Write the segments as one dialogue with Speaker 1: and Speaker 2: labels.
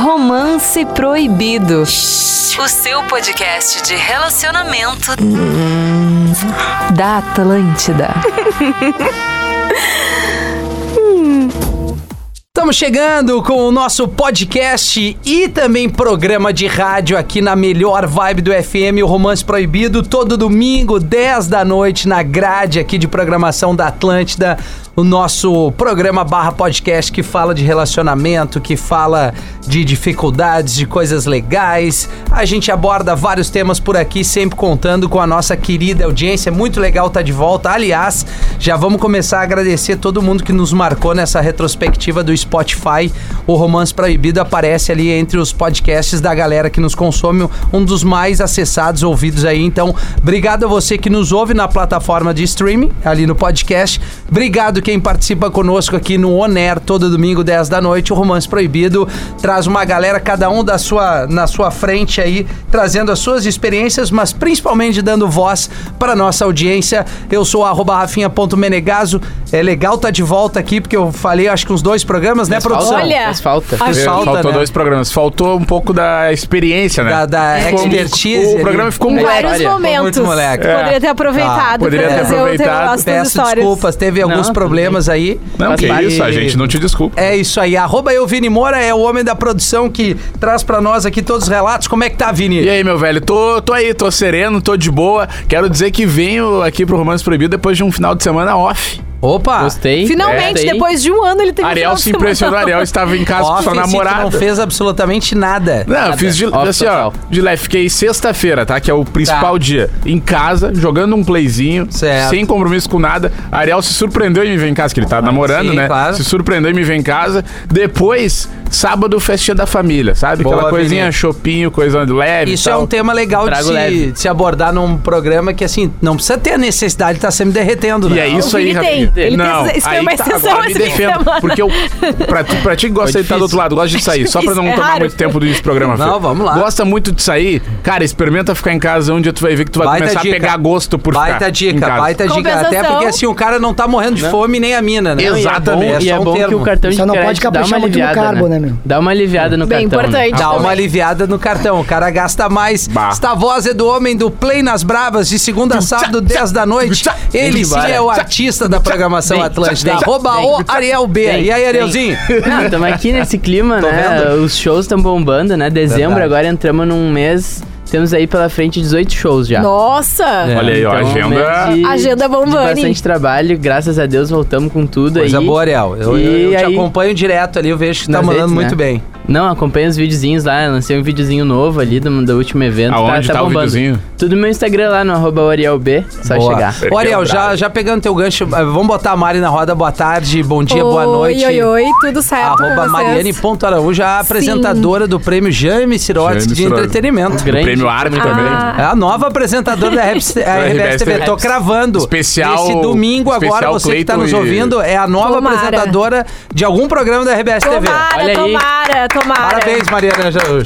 Speaker 1: Romance Proibido. O seu podcast de relacionamento da Atlântida.
Speaker 2: Estamos chegando com o nosso podcast e também programa de rádio aqui na melhor vibe do FM, o Romance Proibido, todo domingo, 10 da noite, na grade aqui de programação da Atlântida, o nosso programa barra podcast que fala de relacionamento, que fala de dificuldades, de coisas legais. A gente aborda vários temas por aqui, sempre contando com a nossa querida audiência. É Muito legal estar de volta. Aliás, já vamos começar a agradecer todo mundo que nos marcou nessa retrospectiva do Spotify. O Romance Proibido aparece ali entre os podcasts da galera que nos consome, um dos mais acessados, ouvidos aí. Então, obrigado a você que nos ouve na plataforma de streaming, ali no podcast. Obrigado quem participa conosco aqui no Oner, todo domingo, 10 da noite. O Romance Proibido traz uma galera, cada um da sua, na sua frente aí, trazendo as suas experiências, mas principalmente dando voz para nossa audiência. Eu sou arroba rafinha.menegaso. É legal tá de volta aqui, porque eu falei acho que uns dois programas, né, produção?
Speaker 3: Olha.
Speaker 4: Faz falta.
Speaker 5: Ah,
Speaker 2: Faz
Speaker 4: Viu?
Speaker 2: falta,
Speaker 4: É, Faltou
Speaker 2: né?
Speaker 4: dois programas. Faltou um pouco da experiência, né?
Speaker 2: Da- da
Speaker 4: Ficou-
Speaker 2: expertise
Speaker 4: O
Speaker 2: ali. É.
Speaker 4: programa ficou um-
Speaker 3: Em
Speaker 4: moleque.
Speaker 3: vários
Speaker 4: Olha,
Speaker 3: momentos.
Speaker 2: muito moleque.
Speaker 4: É.
Speaker 3: Poderia ter aproveitado. É.
Speaker 4: Ah, poderia
Speaker 3: pra
Speaker 4: ter
Speaker 3: fazer o teu
Speaker 4: aproveitado.
Speaker 3: negócio das
Speaker 2: Peço
Speaker 3: histórias.
Speaker 2: desculpas, teve alguns
Speaker 4: tudo
Speaker 2: problemas aí.
Speaker 4: Não, que
Speaker 2: E-
Speaker 4: isso, a gente não te desculpa.
Speaker 2: É isso aí. Arroba eu, Vini Moura, é o homem da produção que traz pra nós aqui todos os relatos. Como é que tá, Vini?
Speaker 4: E aí, meu velho, tô, tô aí, tô sereno, tô de boa. Quero dizer que venho aqui pro Romance Proibido depois de um final de semana off.
Speaker 2: Opa!
Speaker 5: Gostei.
Speaker 3: Finalmente,
Speaker 5: Gostei.
Speaker 3: depois de um ano, ele teve
Speaker 4: É,
Speaker 3: um final
Speaker 4: Ariel
Speaker 3: de
Speaker 4: se
Speaker 3: semana.
Speaker 4: impressionou, Ariel estava em casa com
Speaker 2: Off,
Speaker 4: sua
Speaker 2: esse que
Speaker 4: namorada.
Speaker 2: não fez absolutamente nada.
Speaker 4: Não, eu fiz de,
Speaker 5: Off
Speaker 4: assim, ó,
Speaker 5: total.
Speaker 4: de leve. Fiquei sexta-feira, tá? Que é o principal
Speaker 2: Tá.
Speaker 4: dia. Em casa, jogando um playzinho,
Speaker 2: Certo. Ah,
Speaker 4: sem compromisso com nada. Ariel se surpreendeu em me ver em casa, que ele tá namorando,
Speaker 2: sim,
Speaker 4: né?
Speaker 2: claro.
Speaker 4: Se surpreendeu em me ver em casa. Depois, sábado, festinha da família, sabe?
Speaker 2: Boa,
Speaker 4: Aquela coisinha,
Speaker 2: Vini.
Speaker 4: chopinho, coisa leve. e
Speaker 2: Isso é
Speaker 4: tal.
Speaker 2: um tema legal de
Speaker 5: Então, Trago
Speaker 2: se,
Speaker 5: leve.
Speaker 2: de se abordar num programa que, assim, não precisa ter a necessidade de estar sempre derretendo,
Speaker 4: E
Speaker 2: né?
Speaker 4: é isso aí,
Speaker 3: Vini tem.
Speaker 4: Rafinha.
Speaker 3: Ele fez- isso foi uma
Speaker 4: aí tá,
Speaker 3: exceção
Speaker 4: agora me
Speaker 3: esse fim de
Speaker 4: defendo.
Speaker 3: semana.
Speaker 4: Porque eu, pra, ti- pra ti que
Speaker 2: É
Speaker 4: gosta de estar do outro lado, gosta de sair. Só pra não
Speaker 3: Isso é
Speaker 4: tomar
Speaker 3: raro.
Speaker 4: muito tempo do programa,
Speaker 2: Não,
Speaker 4: Fê.
Speaker 2: vamos lá.
Speaker 4: Gosta muito de sair? Cara, experimenta ficar em casa um dia tu vai ver que tu vai
Speaker 2: Baita
Speaker 4: começar
Speaker 2: dica.
Speaker 4: a pegar gosto por ficar
Speaker 2: Baita
Speaker 4: em
Speaker 2: dica,
Speaker 4: casa.
Speaker 2: baita dica.
Speaker 3: Compensação.
Speaker 2: Até porque, assim, o cara não tá morrendo de fome nem a mina, né?
Speaker 5: Não, e
Speaker 4: Exatamente.
Speaker 5: É bom, e
Speaker 2: É
Speaker 5: é
Speaker 2: só um
Speaker 5: bom que
Speaker 2: termo.
Speaker 5: o cartão de Só
Speaker 6: não pode
Speaker 5: crédito dá
Speaker 6: caprichar
Speaker 5: uma
Speaker 6: muito no
Speaker 5: aliviada,
Speaker 6: carbo, né, meu?
Speaker 5: Dá uma aliviada no
Speaker 3: Bem
Speaker 5: cartão. né?
Speaker 3: importante.
Speaker 2: Dá uma
Speaker 3: também.
Speaker 2: aliviada no cartão, o cara gasta mais.
Speaker 4: Bah.
Speaker 2: Está a voz é do homem do Play nas Bravas, de segunda a sábado, 10 da noite. Ele sim é o artista da programação
Speaker 5: Vem,
Speaker 2: Atlântida.
Speaker 5: vem,
Speaker 2: Arroba
Speaker 5: vem.
Speaker 2: o Ariel B.
Speaker 5: Vem,
Speaker 2: E aí,
Speaker 5: vem.
Speaker 2: Arielzinho?
Speaker 5: Não, estamos aqui nesse clima,
Speaker 2: Tô
Speaker 5: né?
Speaker 2: vendo.
Speaker 5: Os shows estão bombando, né? Dezembro,
Speaker 2: Verdade.
Speaker 5: agora entramos num mês. Temos aí pela frente 18 shows já.
Speaker 3: Nossa!
Speaker 4: Olha aí, ó,
Speaker 5: Então,
Speaker 4: agenda.
Speaker 5: mês de-
Speaker 3: Agenda
Speaker 5: de
Speaker 3: bombando.
Speaker 5: Bastante trabalho, graças a Deus voltamos com tudo
Speaker 2: Coisa
Speaker 5: aí.
Speaker 2: boa, Ariel. Eu,
Speaker 5: E
Speaker 2: eu- eu te
Speaker 5: aí?
Speaker 2: acompanho direto ali, eu vejo que tá
Speaker 5: Nas
Speaker 2: mandando
Speaker 5: redes,
Speaker 2: muito
Speaker 5: né?
Speaker 2: bem.
Speaker 5: Não, acompanha os videozinhos lá. Lancei um videozinho novo ali do, do último evento.
Speaker 4: Aonde tá o
Speaker 5: bombando.
Speaker 4: videozinho?
Speaker 5: Tudo no meu Instagram lá, no arroba OrielB. Só
Speaker 2: Boa.
Speaker 5: chegar.
Speaker 2: Ô, Ariel, já, já pegando teu gancho, eh, vamos botar a Mari na roda. Boa tarde, bom dia, boa noite.
Speaker 3: Oi, oi, oi, tudo certo com
Speaker 2: Arroba
Speaker 3: vocês?
Speaker 2: Mariane.araújo, a apresentadora do prêmio Jaime Sirotsky
Speaker 4: Jaime
Speaker 2: de
Speaker 4: Sirotsky.
Speaker 2: entretenimento.
Speaker 4: O
Speaker 5: Grande.
Speaker 4: prêmio árbitro também.
Speaker 3: Ah.
Speaker 2: É a nova apresentadora da RBS, a
Speaker 4: Da
Speaker 2: RBS
Speaker 4: RBS
Speaker 2: TV. Tô cravando.
Speaker 4: Especial-
Speaker 2: Esse domingo agora,
Speaker 4: especial
Speaker 2: você que tá
Speaker 4: Cleiton
Speaker 2: nos
Speaker 4: e-
Speaker 2: ouvindo, é a nova
Speaker 3: Tomara.
Speaker 2: apresentadora de algum programa da RBS TV.
Speaker 3: Tomara,
Speaker 5: Olha aí.
Speaker 3: tomara, tomara.
Speaker 2: Parabéns, Mariana Araújo.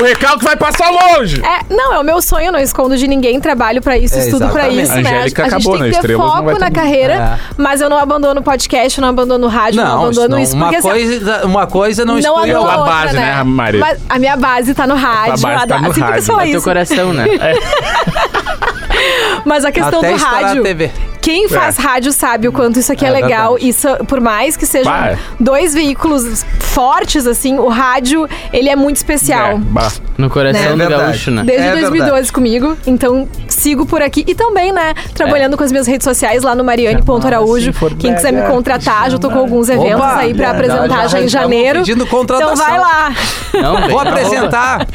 Speaker 4: O recalque vai passar longe!
Speaker 3: É, não, é o meu sonho, não escondo de ninguém, trabalho pra isso,
Speaker 2: É,
Speaker 3: estudo pra
Speaker 2: exatamente.
Speaker 3: isso,
Speaker 4: A
Speaker 3: né?
Speaker 4: Angélica
Speaker 3: a gente
Speaker 4: acabou,
Speaker 3: tem
Speaker 4: né?
Speaker 3: que ter
Speaker 4: Estrelas não vai
Speaker 3: foco
Speaker 4: ter
Speaker 3: na
Speaker 4: muito.
Speaker 3: carreira,
Speaker 2: É.
Speaker 3: mas eu não abandono o podcast, eu não abandono o rádio, não,
Speaker 2: Não, isso
Speaker 3: abandono
Speaker 2: não-
Speaker 3: isso,
Speaker 2: uma,
Speaker 3: porque assim,
Speaker 2: coisa, uma coisa não,
Speaker 3: não
Speaker 2: exclui a
Speaker 3: anula
Speaker 4: a
Speaker 2: outra.
Speaker 3: outra,
Speaker 4: base, né, Mari?
Speaker 3: Mas a minha base tá no rádio.
Speaker 4: base
Speaker 3: a
Speaker 4: tá
Speaker 3: assim da-
Speaker 4: no
Speaker 3: sempre
Speaker 4: rádio.
Speaker 3: fala
Speaker 5: Teu
Speaker 3: isso.
Speaker 5: coração, né?
Speaker 3: Mas a questão
Speaker 2: Até
Speaker 3: do
Speaker 2: estourar a
Speaker 3: rádio.
Speaker 2: TV.
Speaker 3: Quem faz rádio sabe o quanto isso aqui é,
Speaker 2: É
Speaker 3: legal.
Speaker 2: verdade.
Speaker 3: Isso, por mais que sejam
Speaker 4: Bah.
Speaker 3: dois veículos fortes, assim, o rádio, ele é muito especial.
Speaker 4: É, bah.
Speaker 5: No
Speaker 2: É
Speaker 5: coração do
Speaker 2: verdade.
Speaker 5: gaúcho, né?
Speaker 3: Desde
Speaker 2: É
Speaker 3: 2012
Speaker 2: verdade.
Speaker 3: comigo, então sigo por aqui. E também, né, trabalhando
Speaker 2: É.
Speaker 3: com as minhas redes sociais lá no Mariane.araújo. Quem quiser me contratar, já tô com alguns eventos
Speaker 2: Opa,
Speaker 3: aí pra
Speaker 2: já- já-
Speaker 3: apresentar já em
Speaker 2: já vamos
Speaker 3: janeiro.
Speaker 2: pedindo contratação.
Speaker 3: Então vai lá.
Speaker 5: Não, vem,
Speaker 2: Vou
Speaker 5: não,
Speaker 2: apresentar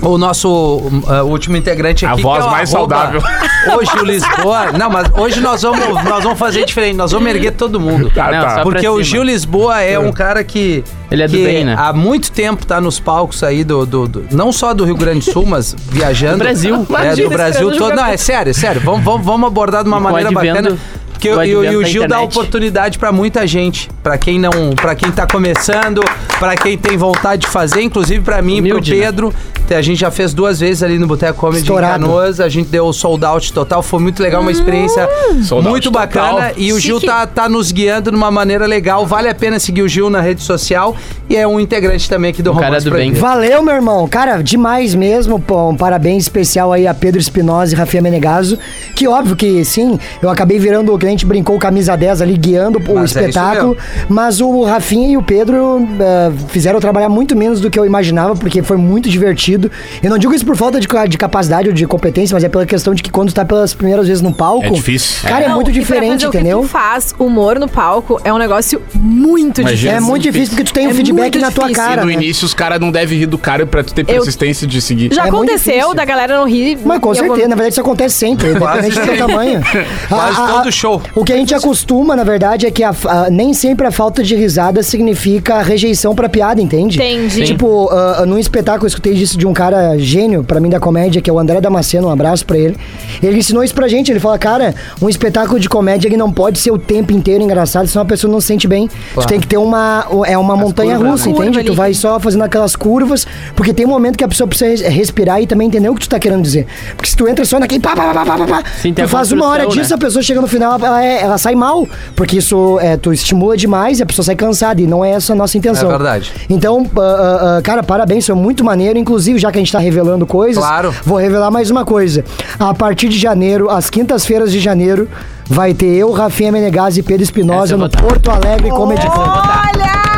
Speaker 2: o nosso um, uh, último integrante
Speaker 4: A
Speaker 2: aqui.
Speaker 4: voz
Speaker 2: que é o
Speaker 4: mais
Speaker 2: arroba
Speaker 4: saudável.
Speaker 2: Hoje o Lisboa. Não, mas hoje nós vamos, nós vamos fazer diferente. Nós vamos erguer todo mundo.
Speaker 4: Ah,
Speaker 5: Não,
Speaker 4: tá.
Speaker 5: só pra
Speaker 2: Porque o
Speaker 5: cima.
Speaker 2: Gil Lisboa é um cara que.
Speaker 5: Ele é do
Speaker 2: que
Speaker 5: bem, né?
Speaker 2: Há muito tempo tá nos palcos aí do. do- do- não só do Rio Grande do Sul, mas viajando.
Speaker 5: Do Brasil.
Speaker 2: É,
Speaker 5: Imagina
Speaker 2: do
Speaker 5: esse
Speaker 2: Brasil
Speaker 5: cara
Speaker 2: todo. Não,
Speaker 5: jogando.
Speaker 2: é sério, é sério. Vamos, vamos, vamos abordar de uma
Speaker 5: E com
Speaker 2: maneira
Speaker 5: o advento-
Speaker 2: bacana. Porque
Speaker 5: com o
Speaker 2: o- e o, e o
Speaker 5: advento da
Speaker 2: Gil dá
Speaker 5: internet.
Speaker 2: oportunidade pra muita gente. Pra quem não. para quem tá começando, pra quem tem vontade de fazer, inclusive pra mim e pro
Speaker 5: Humilde, né?
Speaker 2: Pedro. A gente já fez duas vezes ali no Boteco Comedy
Speaker 6: Estourado.
Speaker 2: em Canoas. A gente deu o sold out total. Foi muito legal, uma experiência
Speaker 5: Hum.
Speaker 4: Sold out
Speaker 2: muito
Speaker 4: total.
Speaker 2: bacana. E o Gil
Speaker 3: Chique.
Speaker 2: tá, tá nos guiando de uma maneira legal. Vale a pena seguir o Gil na rede social. E é um integrante também aqui do
Speaker 5: Um cara
Speaker 2: Romance
Speaker 5: do bem.
Speaker 2: Proibido.
Speaker 6: Valeu, meu irmão. Cara, demais mesmo. Pô, um parabéns especial aí a Pedro Espinosa e Rafinha Menegaso. Que óbvio que sim, eu acabei virando o cliente, brincou camisa 10 ali, guiando o
Speaker 2: Mas é
Speaker 6: espetáculo. mas o Rafinha e o Pedro eh, fizeram eu trabalhar muito menos do que eu imaginava, porque foi muito divertido. Eu não digo isso por falta de, ca- de capacidade ou de competência, mas é pela questão de que quando tá pelas primeiras vezes no palco.
Speaker 4: É difícil.
Speaker 6: Cara, é,
Speaker 3: Não,
Speaker 6: muito
Speaker 3: e pra
Speaker 6: diferente,
Speaker 3: fazer o que
Speaker 6: entendeu?
Speaker 3: tu faz humor no palco é um negócio muito
Speaker 4: Imagina.
Speaker 6: É
Speaker 3: difícil.
Speaker 6: muito difícil porque tu tem o
Speaker 3: É
Speaker 6: feedback
Speaker 3: muito
Speaker 6: na tua
Speaker 3: difícil.
Speaker 6: cara.
Speaker 4: e no
Speaker 6: né?
Speaker 4: início os caras não devem rir do cara pra tu ter persistência de seguir.
Speaker 3: Já
Speaker 6: É muito difícil.
Speaker 3: aconteceu da galera não rir.
Speaker 6: Mas com
Speaker 3: em algum-
Speaker 6: certeza, na verdade isso acontece sempre,
Speaker 2: Quase
Speaker 6: independente do seu
Speaker 2: sempre.
Speaker 6: tamanho.
Speaker 2: Quase todo show.
Speaker 6: O que a gente acostuma, na verdade, é que a- a- nem sempre a falta de risada significa rejeição pra piada, entende?
Speaker 3: Entendi.
Speaker 6: Tipo, ah, ah, num espetáculo eu escutei disso de um cara gênio, pra mim, da comédia, que é o André Damasceno, um abraço pra ele. Ele ensinou isso pra gente, ele fala, cara, um espetáculo de comédia ele não pode ser o tempo inteiro engraçado, senão a pessoa não se sente bem. Tu tem que ter uma, é uma montanha
Speaker 5: curvas,
Speaker 6: russa,
Speaker 3: né?
Speaker 6: entende?
Speaker 3: Curva
Speaker 6: Tu
Speaker 3: ali.
Speaker 6: vai só fazendo aquelas curvas, porque tem um momento que a pessoa precisa res- respirar e também entender o que tu tá querendo dizer. Porque se tu entra só naquele pá, pá, pá, pá, pá, pá,
Speaker 5: Sim, tem
Speaker 6: tu
Speaker 5: a
Speaker 6: faz uma hora
Speaker 5: construção,
Speaker 6: disso,
Speaker 5: né?
Speaker 6: a pessoa chega no final, ela, ela é- ela sai mal, porque isso é, tu estimula demais e a pessoa sai cansada, e não é essa a nossa intenção.
Speaker 2: É verdade.
Speaker 6: Então, ah, ah, ah, cara, parabéns, isso é muito maneiro, inclusive, já que a gente tá revelando coisas,
Speaker 2: Claro.
Speaker 6: vou revelar mais uma coisa. A partir de janeiro, às quintas-feiras de janeiro, vai ter eu, Rafinha Menegas e Pedro
Speaker 5: Essa
Speaker 6: Espinosa
Speaker 5: eu
Speaker 6: no
Speaker 5: vou tá.
Speaker 6: Porto Alegre Comedy Club.
Speaker 3: Olha!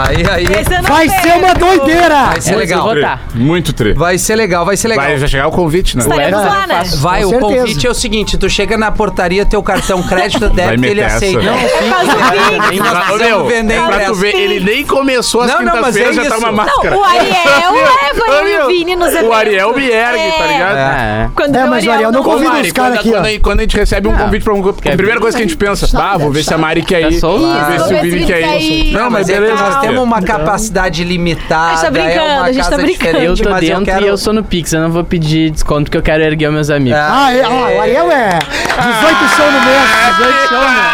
Speaker 2: Aí, aí.
Speaker 3: Esse eu não
Speaker 6: Vai
Speaker 3: sei.
Speaker 6: ser uma doideira!
Speaker 2: Vai ser legal.
Speaker 5: votar.
Speaker 4: Muito tri.
Speaker 2: Vai ser legal, vai ser legal.
Speaker 4: Vai já chegar o convite, né?
Speaker 3: Estaremos
Speaker 5: Ué,
Speaker 3: lá, né?
Speaker 2: Vai,
Speaker 6: Com
Speaker 2: o
Speaker 6: certeza.
Speaker 2: convite é o seguinte: tu chega na portaria, teu cartão crédito, débito,
Speaker 4: meter
Speaker 2: ele
Speaker 4: essa.
Speaker 2: aceita. assim,
Speaker 4: Não,
Speaker 5: Nem
Speaker 2: nós
Speaker 4: Pra, ô,
Speaker 2: precisamos
Speaker 4: meu,
Speaker 2: vender
Speaker 4: pra tu
Speaker 2: ingresso.
Speaker 4: ver, ele nem começou as
Speaker 2: Não, não, mas
Speaker 4: quintas-feiras,
Speaker 2: é
Speaker 4: já tá
Speaker 2: isso.
Speaker 4: uma máscara.
Speaker 3: Não, o Ariel leva ele e o Vini nos
Speaker 4: O
Speaker 3: eventos.
Speaker 4: Ariel me ergue, tá
Speaker 3: É.
Speaker 4: ligado?
Speaker 5: Ah,
Speaker 3: Quando
Speaker 6: É,
Speaker 3: vê
Speaker 6: mas o Ariel não
Speaker 4: Ô,
Speaker 6: convida
Speaker 4: Mari,
Speaker 6: os
Speaker 4: quando-
Speaker 6: caras aqui, ó.
Speaker 4: quando, a- quando a gente recebe um convite pra um grupo, a primeira coisa que a gente pensa, ah, vou ver se a Mari quer ir,
Speaker 5: Tá só o
Speaker 4: vou
Speaker 5: Isso,
Speaker 4: ver
Speaker 5: vou
Speaker 4: se o
Speaker 3: ver se
Speaker 4: Vini
Speaker 3: ele
Speaker 4: quer
Speaker 3: quer
Speaker 4: ir.
Speaker 3: ir.
Speaker 4: Não, mas
Speaker 2: Mas é que
Speaker 4: beleza.
Speaker 2: nós temos uma capacidade limitada.
Speaker 3: A gente tá brincando,
Speaker 2: é uma
Speaker 3: a gente tá
Speaker 2: casa
Speaker 3: brincando.
Speaker 5: eu
Speaker 2: diferente,
Speaker 5: tô
Speaker 2: mas
Speaker 5: dentro
Speaker 2: quero-
Speaker 5: e eu sou no Pix, eu não vou pedir desconto porque eu quero erguer os meus amigos.
Speaker 6: Ah, é, ó, o Ariel é 18 show no mês.
Speaker 5: 18 show, né?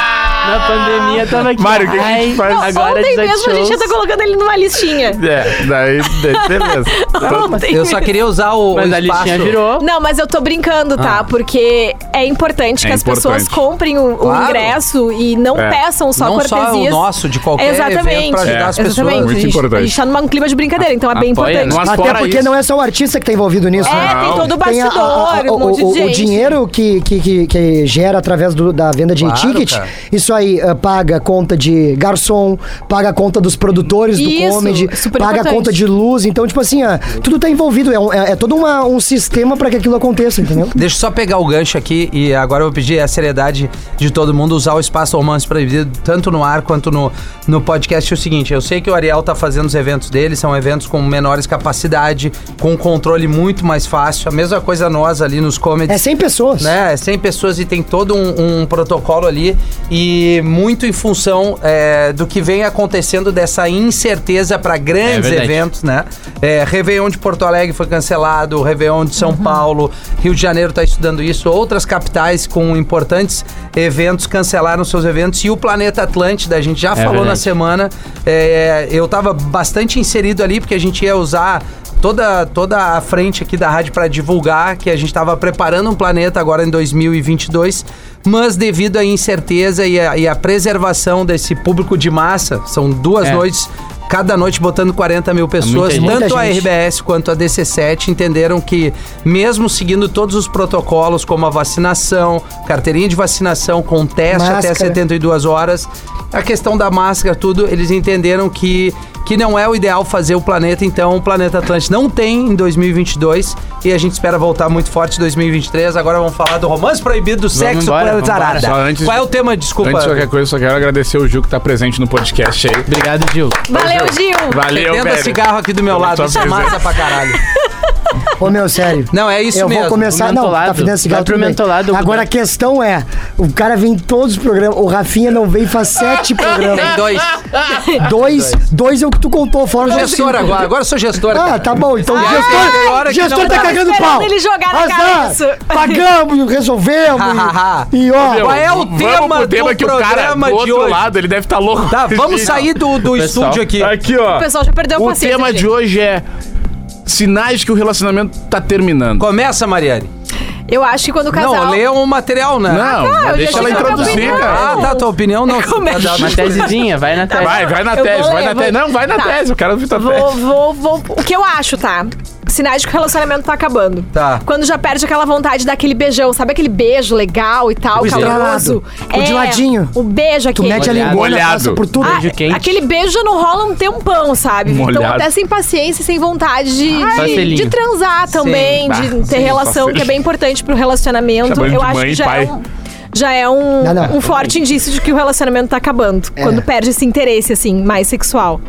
Speaker 5: Na pandemia eu tava aqui.
Speaker 4: Mário, o que que a gente
Speaker 5: Ai,
Speaker 4: faz?
Speaker 3: Não,
Speaker 5: Agora
Speaker 3: ontem
Speaker 5: 18
Speaker 3: mesmo a gente já tá
Speaker 5: shows.
Speaker 3: colocando ele numa listinha.
Speaker 4: É, daí, daí beleza.
Speaker 3: Ontem
Speaker 2: Eu só queria usar o,
Speaker 5: Mas
Speaker 2: o
Speaker 5: a
Speaker 2: espaço.
Speaker 5: listinha virou.
Speaker 3: Não, mas eu tô brincando, tá? Porque é importante
Speaker 4: Ah. É
Speaker 3: que as pessoas
Speaker 4: importante.
Speaker 3: comprem o, o
Speaker 2: Claro.
Speaker 3: ingresso e não
Speaker 4: É.
Speaker 3: peçam só
Speaker 2: Não só
Speaker 3: cortesias.
Speaker 2: o nosso, de qualquer evento, pra ajudar
Speaker 4: É.
Speaker 2: as
Speaker 3: Exatamente.
Speaker 2: pessoas.
Speaker 4: Muito
Speaker 3: a gente,
Speaker 4: importante.
Speaker 3: A gente tá num clima de brincadeira, então é bem
Speaker 5: Apoia,
Speaker 3: importante.
Speaker 5: né?
Speaker 4: Mas
Speaker 6: Até
Speaker 4: fora
Speaker 6: porque
Speaker 4: isso-
Speaker 6: não é só o artista que tá envolvido nisso, né?
Speaker 3: É, tem todo o
Speaker 6: Tem a-
Speaker 3: bastidor,
Speaker 6: a- a-
Speaker 3: um monte de
Speaker 6: o, o
Speaker 3: gente.
Speaker 6: dinheiro que, que, que, que gera através do- da venda de
Speaker 2: Claro,
Speaker 6: ticket,
Speaker 2: cara.
Speaker 6: isso aí eh, paga a conta de garçom, paga a conta dos produtores do
Speaker 3: Isso,
Speaker 6: comedy,
Speaker 3: super
Speaker 6: paga a
Speaker 3: importante.
Speaker 6: conta de luz. Então, tipo assim, ah, tudo tá envolvido. É, um- é, é todo uma- um sistema pra que aquilo aconteça, entendeu?
Speaker 2: Deixa eu só pegar o gancho aqui e agora eu vou pedir a seriedade de todo mundo usar o espaço Romance Proibido, tanto no ar quanto no, no podcast. É o seguinte, eu sei que o Ariel tá fazendo os eventos dele, são eventos com menores capacidade, com um controle muito mais fácil. A mesma coisa nós ali nos comedies.
Speaker 6: É 100 pessoas.
Speaker 2: né? 100 pessoas e tem todo um, um protocolo ali e muito em função é, do que vem acontecendo dessa incerteza para grandes
Speaker 5: É verdade.
Speaker 2: eventos, né? É, Réveillon de Porto Alegre foi cancelado, Réveillon de São
Speaker 5: Uhum.
Speaker 2: Paulo, Rio de Janeiro está estudando isso, outras capitais com importantes eventos cancelaram seus eventos e o Planeta Atlântida, a gente já falou na
Speaker 5: verdade.
Speaker 2: semana, é, eu estava bastante inserido ali porque a gente ia usar toda, toda a frente aqui da rádio para divulgar que a gente estava preparando um planeta agora em 2022, mas devido à incerteza e à, e à preservação desse público de massa, são duas
Speaker 5: É.
Speaker 2: noites. Cada noite botando 40 mil pessoas,
Speaker 5: gente.
Speaker 2: tanto a
Speaker 6: É Muita gente.
Speaker 2: RBS quanto a DC7 entenderam que, mesmo seguindo todos os protocolos, como a vacinação, carteirinha de vacinação, com teste até
Speaker 6: Máscara.
Speaker 2: 72 horas, a questão da máscara, tudo, eles entenderam que, que não é o ideal fazer o planeta, então o Planeta Atlântico não tem em 2022 e a gente espera voltar muito forte em 2023. Agora vamos falar do romance proibido, do sexo
Speaker 5: embora,
Speaker 2: planeta
Speaker 5: vamos
Speaker 2: zarada.
Speaker 4: embora. Só antes-
Speaker 2: Qual é o tema? Desculpa.
Speaker 4: Antes de qualquer coisa, só quero agradecer o Gil que tá presente no podcast aí.
Speaker 5: Obrigado, Gil.
Speaker 3: Valeu, Gil!
Speaker 4: Valeu,
Speaker 2: Tenda
Speaker 4: velho.
Speaker 2: cigarro aqui do meu
Speaker 4: Eu
Speaker 2: lado,
Speaker 4: só
Speaker 2: isso é
Speaker 4: fiz,
Speaker 2: massa
Speaker 4: né?
Speaker 2: pra caralho.
Speaker 6: Ô, meu, sério.
Speaker 2: Não, é isso
Speaker 6: eu
Speaker 2: mesmo.
Speaker 6: vou começar. Não, tá
Speaker 5: mentolado.
Speaker 6: fedendo cigarro
Speaker 5: Vai pro
Speaker 6: tudo bem.
Speaker 5: mentolado.
Speaker 6: Agora a questão é: o cara vem em todos os programas. O Rafinha não veio faz sete
Speaker 2: Tem
Speaker 6: programas.
Speaker 2: dois.
Speaker 6: Dois, dois é o que tu contou, fora os outros
Speaker 2: Gestor
Speaker 6: cinco.
Speaker 2: agora, agora eu sou gestor.
Speaker 6: Ah,
Speaker 2: cara.
Speaker 6: tá bom. Então o
Speaker 2: Ah, tem hora
Speaker 6: gestor,
Speaker 2: que
Speaker 6: gestor
Speaker 2: não
Speaker 6: tá
Speaker 2: dá.
Speaker 6: cagando
Speaker 3: Esperando
Speaker 6: pau.
Speaker 3: ele jogar na cara isso.
Speaker 6: Pagamos,
Speaker 2: Ha, ha, ha.
Speaker 6: resolvemos. e
Speaker 4: Meu,
Speaker 6: ó,
Speaker 2: Qual é o
Speaker 4: vamos
Speaker 2: tema
Speaker 4: pro tema
Speaker 2: do
Speaker 4: que o cara
Speaker 2: programa
Speaker 4: do
Speaker 2: de
Speaker 4: outro
Speaker 2: hoje?
Speaker 4: lado, ele deve estar louco.
Speaker 2: Tá, vamos sair do, do
Speaker 5: Pessoal,
Speaker 2: estúdio aqui.
Speaker 4: Tá Aqui, ó.
Speaker 3: O pessoal já perdeu a
Speaker 4: O
Speaker 3: paciência.
Speaker 4: tema de
Speaker 3: gente.
Speaker 4: hoje é sinais que o relacionamento tá terminando.
Speaker 2: Começa, Mariane.
Speaker 3: Eu acho que quando o casal.
Speaker 2: Não, lê um material, né?
Speaker 4: Não,
Speaker 3: Ah, eu
Speaker 4: deixa
Speaker 3: já
Speaker 4: ela
Speaker 3: achei que era
Speaker 4: introduzir,
Speaker 3: opinião.
Speaker 4: cara.
Speaker 2: Ah, tá, tua opinião não.
Speaker 3: Como é
Speaker 2: Tá, tá,
Speaker 3: que-
Speaker 5: Uma
Speaker 2: mas-
Speaker 5: tesezinha, vai na tese.
Speaker 4: Vai, vai na
Speaker 3: Eu vou
Speaker 4: tese, vai
Speaker 3: ler,
Speaker 4: na
Speaker 3: vou-
Speaker 4: tese. Não, vai na
Speaker 3: Tá.
Speaker 4: tese, eu quero ouvir tua
Speaker 3: Vou,
Speaker 4: tese.
Speaker 3: vou, vou. O que eu acho, tá? Sinais de que o relacionamento tá acabando.
Speaker 2: Tá.
Speaker 3: Quando já perde aquela vontade daquele beijão, sabe aquele beijo legal e tal,
Speaker 6: O
Speaker 3: caloroso?
Speaker 6: estrelado.
Speaker 3: É,
Speaker 6: O de ladinho.
Speaker 3: O beijo
Speaker 6: Tu
Speaker 3: aquele.
Speaker 6: mete a
Speaker 5: Molhado.
Speaker 6: língua, passa
Speaker 4: Molhado.
Speaker 6: por tudo.
Speaker 3: Ah,
Speaker 5: Beijo quente.
Speaker 3: Aquele beijo já não rola um tempão, sabe? Então,
Speaker 4: Molhado.
Speaker 3: até sem paciência, sem vontade de,
Speaker 5: Só
Speaker 3: de-
Speaker 5: selinho.
Speaker 3: de transar também,
Speaker 4: Bah,
Speaker 3: de ter
Speaker 4: sim,
Speaker 3: relação,
Speaker 4: só
Speaker 3: que é bem importante pro relacionamento.
Speaker 4: Chamando
Speaker 3: Eu
Speaker 4: de
Speaker 3: acho
Speaker 4: mãe
Speaker 3: que
Speaker 4: e
Speaker 3: já
Speaker 4: pai.
Speaker 3: é um. Já é um,
Speaker 6: Não, não.
Speaker 3: um forte indício de que o relacionamento tá acabando. Quando perde esse interesse, assim, mais sexual.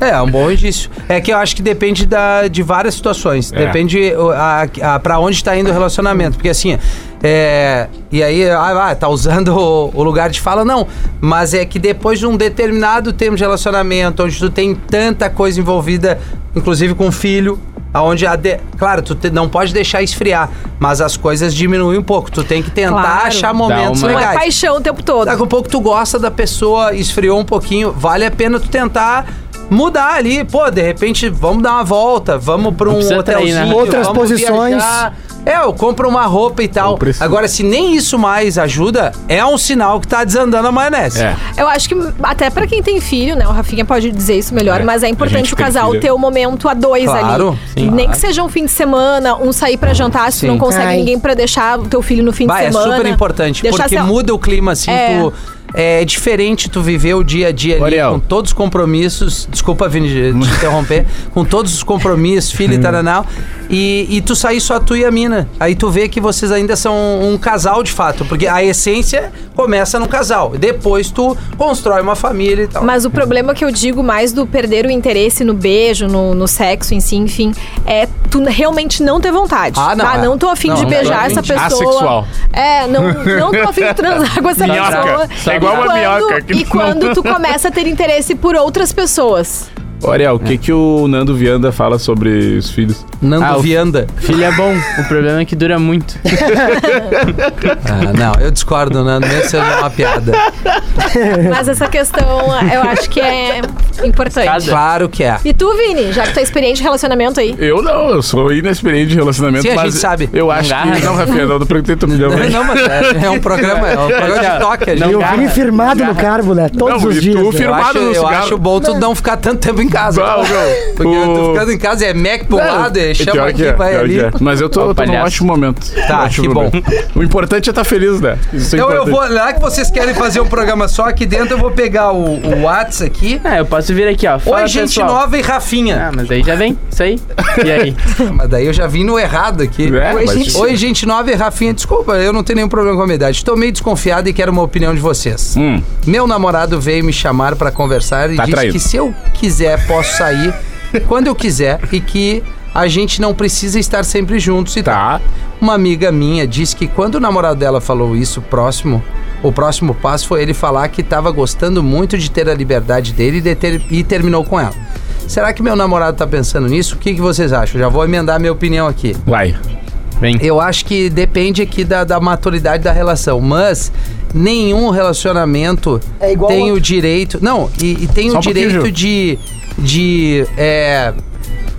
Speaker 2: É, é um bom indício. É que eu acho que depende da, de várias situações.
Speaker 4: É.
Speaker 2: Depende o, a, a, pra onde tá indo o relacionamento. Porque assim, é, e aí, ah, ah, tá usando o, o lugar de fala, não. Mas é que depois de um determinado tempo de relacionamento, onde tu tem tanta coisa envolvida, inclusive com o filho. Aonde a de- Claro, tu te- não pode deixar esfriar, mas as coisas diminuem um pouco. Tu tem que tentar
Speaker 3: Claro.
Speaker 2: achar momentos
Speaker 5: uma-
Speaker 3: Não é
Speaker 2: legais.
Speaker 3: paixão o tempo todo.
Speaker 2: Daqui a pouco tu gosta da pessoa, esfriou um pouquinho, vale a pena tu tentar mudar ali. Pô, de repente, vamos dar uma volta, vamos pra um
Speaker 5: precisa
Speaker 2: hotelzinho.
Speaker 5: trair, né?
Speaker 6: Outras
Speaker 2: vamos
Speaker 6: posições.
Speaker 2: viajar. É, eu compro uma roupa e tal.
Speaker 4: Eu preciso.
Speaker 2: Agora, se nem isso mais ajuda, é um sinal que tá desandando a maionese.
Speaker 4: É.
Speaker 3: Eu acho que até pra quem tem filho, né? O Rafinha pode dizer isso melhor,
Speaker 4: É,
Speaker 3: mas é
Speaker 4: a gente
Speaker 3: importante o
Speaker 4: tem
Speaker 3: casal
Speaker 4: filho.
Speaker 3: ter o momento a dois
Speaker 2: Claro,
Speaker 3: ali.
Speaker 2: sim.
Speaker 3: Nem
Speaker 2: Claro.
Speaker 3: que seja um fim de semana, um sair pra jantar, se tu não
Speaker 2: Sim.
Speaker 3: consegue
Speaker 6: Ai.
Speaker 3: ninguém pra deixar o teu filho no fim
Speaker 2: Vai,
Speaker 3: de
Speaker 2: é
Speaker 3: semana.
Speaker 2: super importante,
Speaker 3: Deixar
Speaker 2: porque
Speaker 3: essa-
Speaker 2: muda o clima, assim,
Speaker 3: É.
Speaker 2: tu... É diferente tu viver o dia a dia ali
Speaker 4: Ariel.
Speaker 2: com todos os compromissos. Desculpa, Vini, de- te interromper. com todos os compromissos, filho e
Speaker 5: Hum.
Speaker 2: taranau. E, e tu sair só tu e a mina. Aí tu vê que vocês ainda são um, casal de fato. Porque a essência começa no casal. Depois tu constrói uma família e tal.
Speaker 3: Mas o problema que eu digo mais do perder o interesse no beijo, no, no sexo em si, enfim, é tu realmente não ter vontade.
Speaker 2: Ah, não, é.
Speaker 3: não tô afim
Speaker 2: Não,
Speaker 3: de
Speaker 2: não,
Speaker 3: beijar essa
Speaker 2: totalmente
Speaker 3: pessoa.
Speaker 4: assexual.
Speaker 3: É, não, não tô afim de transar com essa
Speaker 4: Minhoca. É
Speaker 3: pessoa.
Speaker 4: igual uma
Speaker 3: E quando-
Speaker 4: minhoca que
Speaker 3: E
Speaker 4: não-
Speaker 3: quando tu começa a ter interesse por outras pessoas.
Speaker 4: Ô, Ariel, o que,
Speaker 2: É.
Speaker 4: que o Nando Vianda fala sobre os filhos?
Speaker 2: Nando
Speaker 5: Ah, o-
Speaker 2: Vianda.
Speaker 5: Filho é bom, o problema é que dura muito.
Speaker 2: Ah, não, eu discordo, Nando, mesmo que seja uma piada.
Speaker 3: Mas essa questão eu acho que é importante.
Speaker 5: Cada-
Speaker 2: Claro que é.
Speaker 3: E tu, Vini, já que tu é experiente em relacionamento aí?
Speaker 4: Eu não, eu sou inexperiente de relacionamento,
Speaker 2: Sim, a
Speaker 4: mas
Speaker 2: gente sabe.
Speaker 4: eu acho
Speaker 5: garra.
Speaker 4: que... Não, Rafinha, não, não perguntei tua opinião. mas-
Speaker 2: Não, mas é, é um programa, é um programa de toque. a gente
Speaker 5: Não
Speaker 6: E o
Speaker 5: garra,
Speaker 6: Vini firmado
Speaker 5: garra.
Speaker 6: no carbo, né? Todos
Speaker 4: Não,
Speaker 6: os
Speaker 4: e
Speaker 6: dias.
Speaker 4: tu
Speaker 6: né?
Speaker 2: Eu
Speaker 4: firmado
Speaker 2: acho,
Speaker 4: no
Speaker 2: eu
Speaker 4: cigarro.
Speaker 2: acho bom tu não ficar tanto tempo em casa.
Speaker 4: Não, meu.
Speaker 2: Porque eu tô
Speaker 4: O-
Speaker 2: ficando em casa, é Mac pro
Speaker 4: Não,
Speaker 2: lado, é
Speaker 4: e
Speaker 2: chama
Speaker 4: pior
Speaker 2: aqui,
Speaker 4: que é,
Speaker 2: vai
Speaker 4: pior
Speaker 2: ali.
Speaker 4: que é. Mas eu tô,
Speaker 5: Ó,
Speaker 4: eu tô num
Speaker 5: palhaço.
Speaker 4: ótimo momento.
Speaker 2: Tá,
Speaker 4: Ótimo
Speaker 2: que
Speaker 4: momento. O importante é estar feliz, né? Isso é
Speaker 2: Então eu
Speaker 4: importante.
Speaker 2: vou, lá que vocês querem fazer um programa só aqui dentro, eu vou pegar o, o Whats aqui.
Speaker 5: Ah, eu posso vir aqui, ó. Fala,
Speaker 2: Oi, gente
Speaker 5: pessoal.
Speaker 2: nova e Rafinha. Ah,
Speaker 5: Ah, mas aí já vem, isso aí. E aí?
Speaker 2: Mas daí eu já vim no errado aqui.
Speaker 4: É,
Speaker 2: Oi,
Speaker 4: mas-
Speaker 2: gente... Oi, gente nova e Rafinha. Desculpa, eu não tenho nenhum problema com a minha idade. Tô meio desconfiado e quero uma opinião de vocês.
Speaker 4: Hum.
Speaker 2: Meu namorado veio me chamar pra conversar e
Speaker 4: Tá
Speaker 2: disse
Speaker 4: traído.
Speaker 2: que se eu quiser, posso sair quando eu quiser e que a gente não precisa estar sempre juntos e
Speaker 4: Tá.
Speaker 2: tal. Uma amiga minha disse que quando o namorado dela falou isso, próximo, o próximo passo foi ele falar que estava gostando muito de ter a liberdade dele e, de ter- e terminou com ela. Será que meu namorado tá pensando nisso? O que, que vocês acham? Já vou emendar minha opinião aqui.
Speaker 4: Vai.
Speaker 5: Vem.
Speaker 2: Eu acho que depende aqui da, da maturidade da relação, mas nenhum relacionamento
Speaker 6: É igual
Speaker 2: tem o
Speaker 6: outro.
Speaker 2: direito. Não, e, e tem
Speaker 4: Só um
Speaker 2: o direito
Speaker 4: pouquinho,
Speaker 2: de. de. é,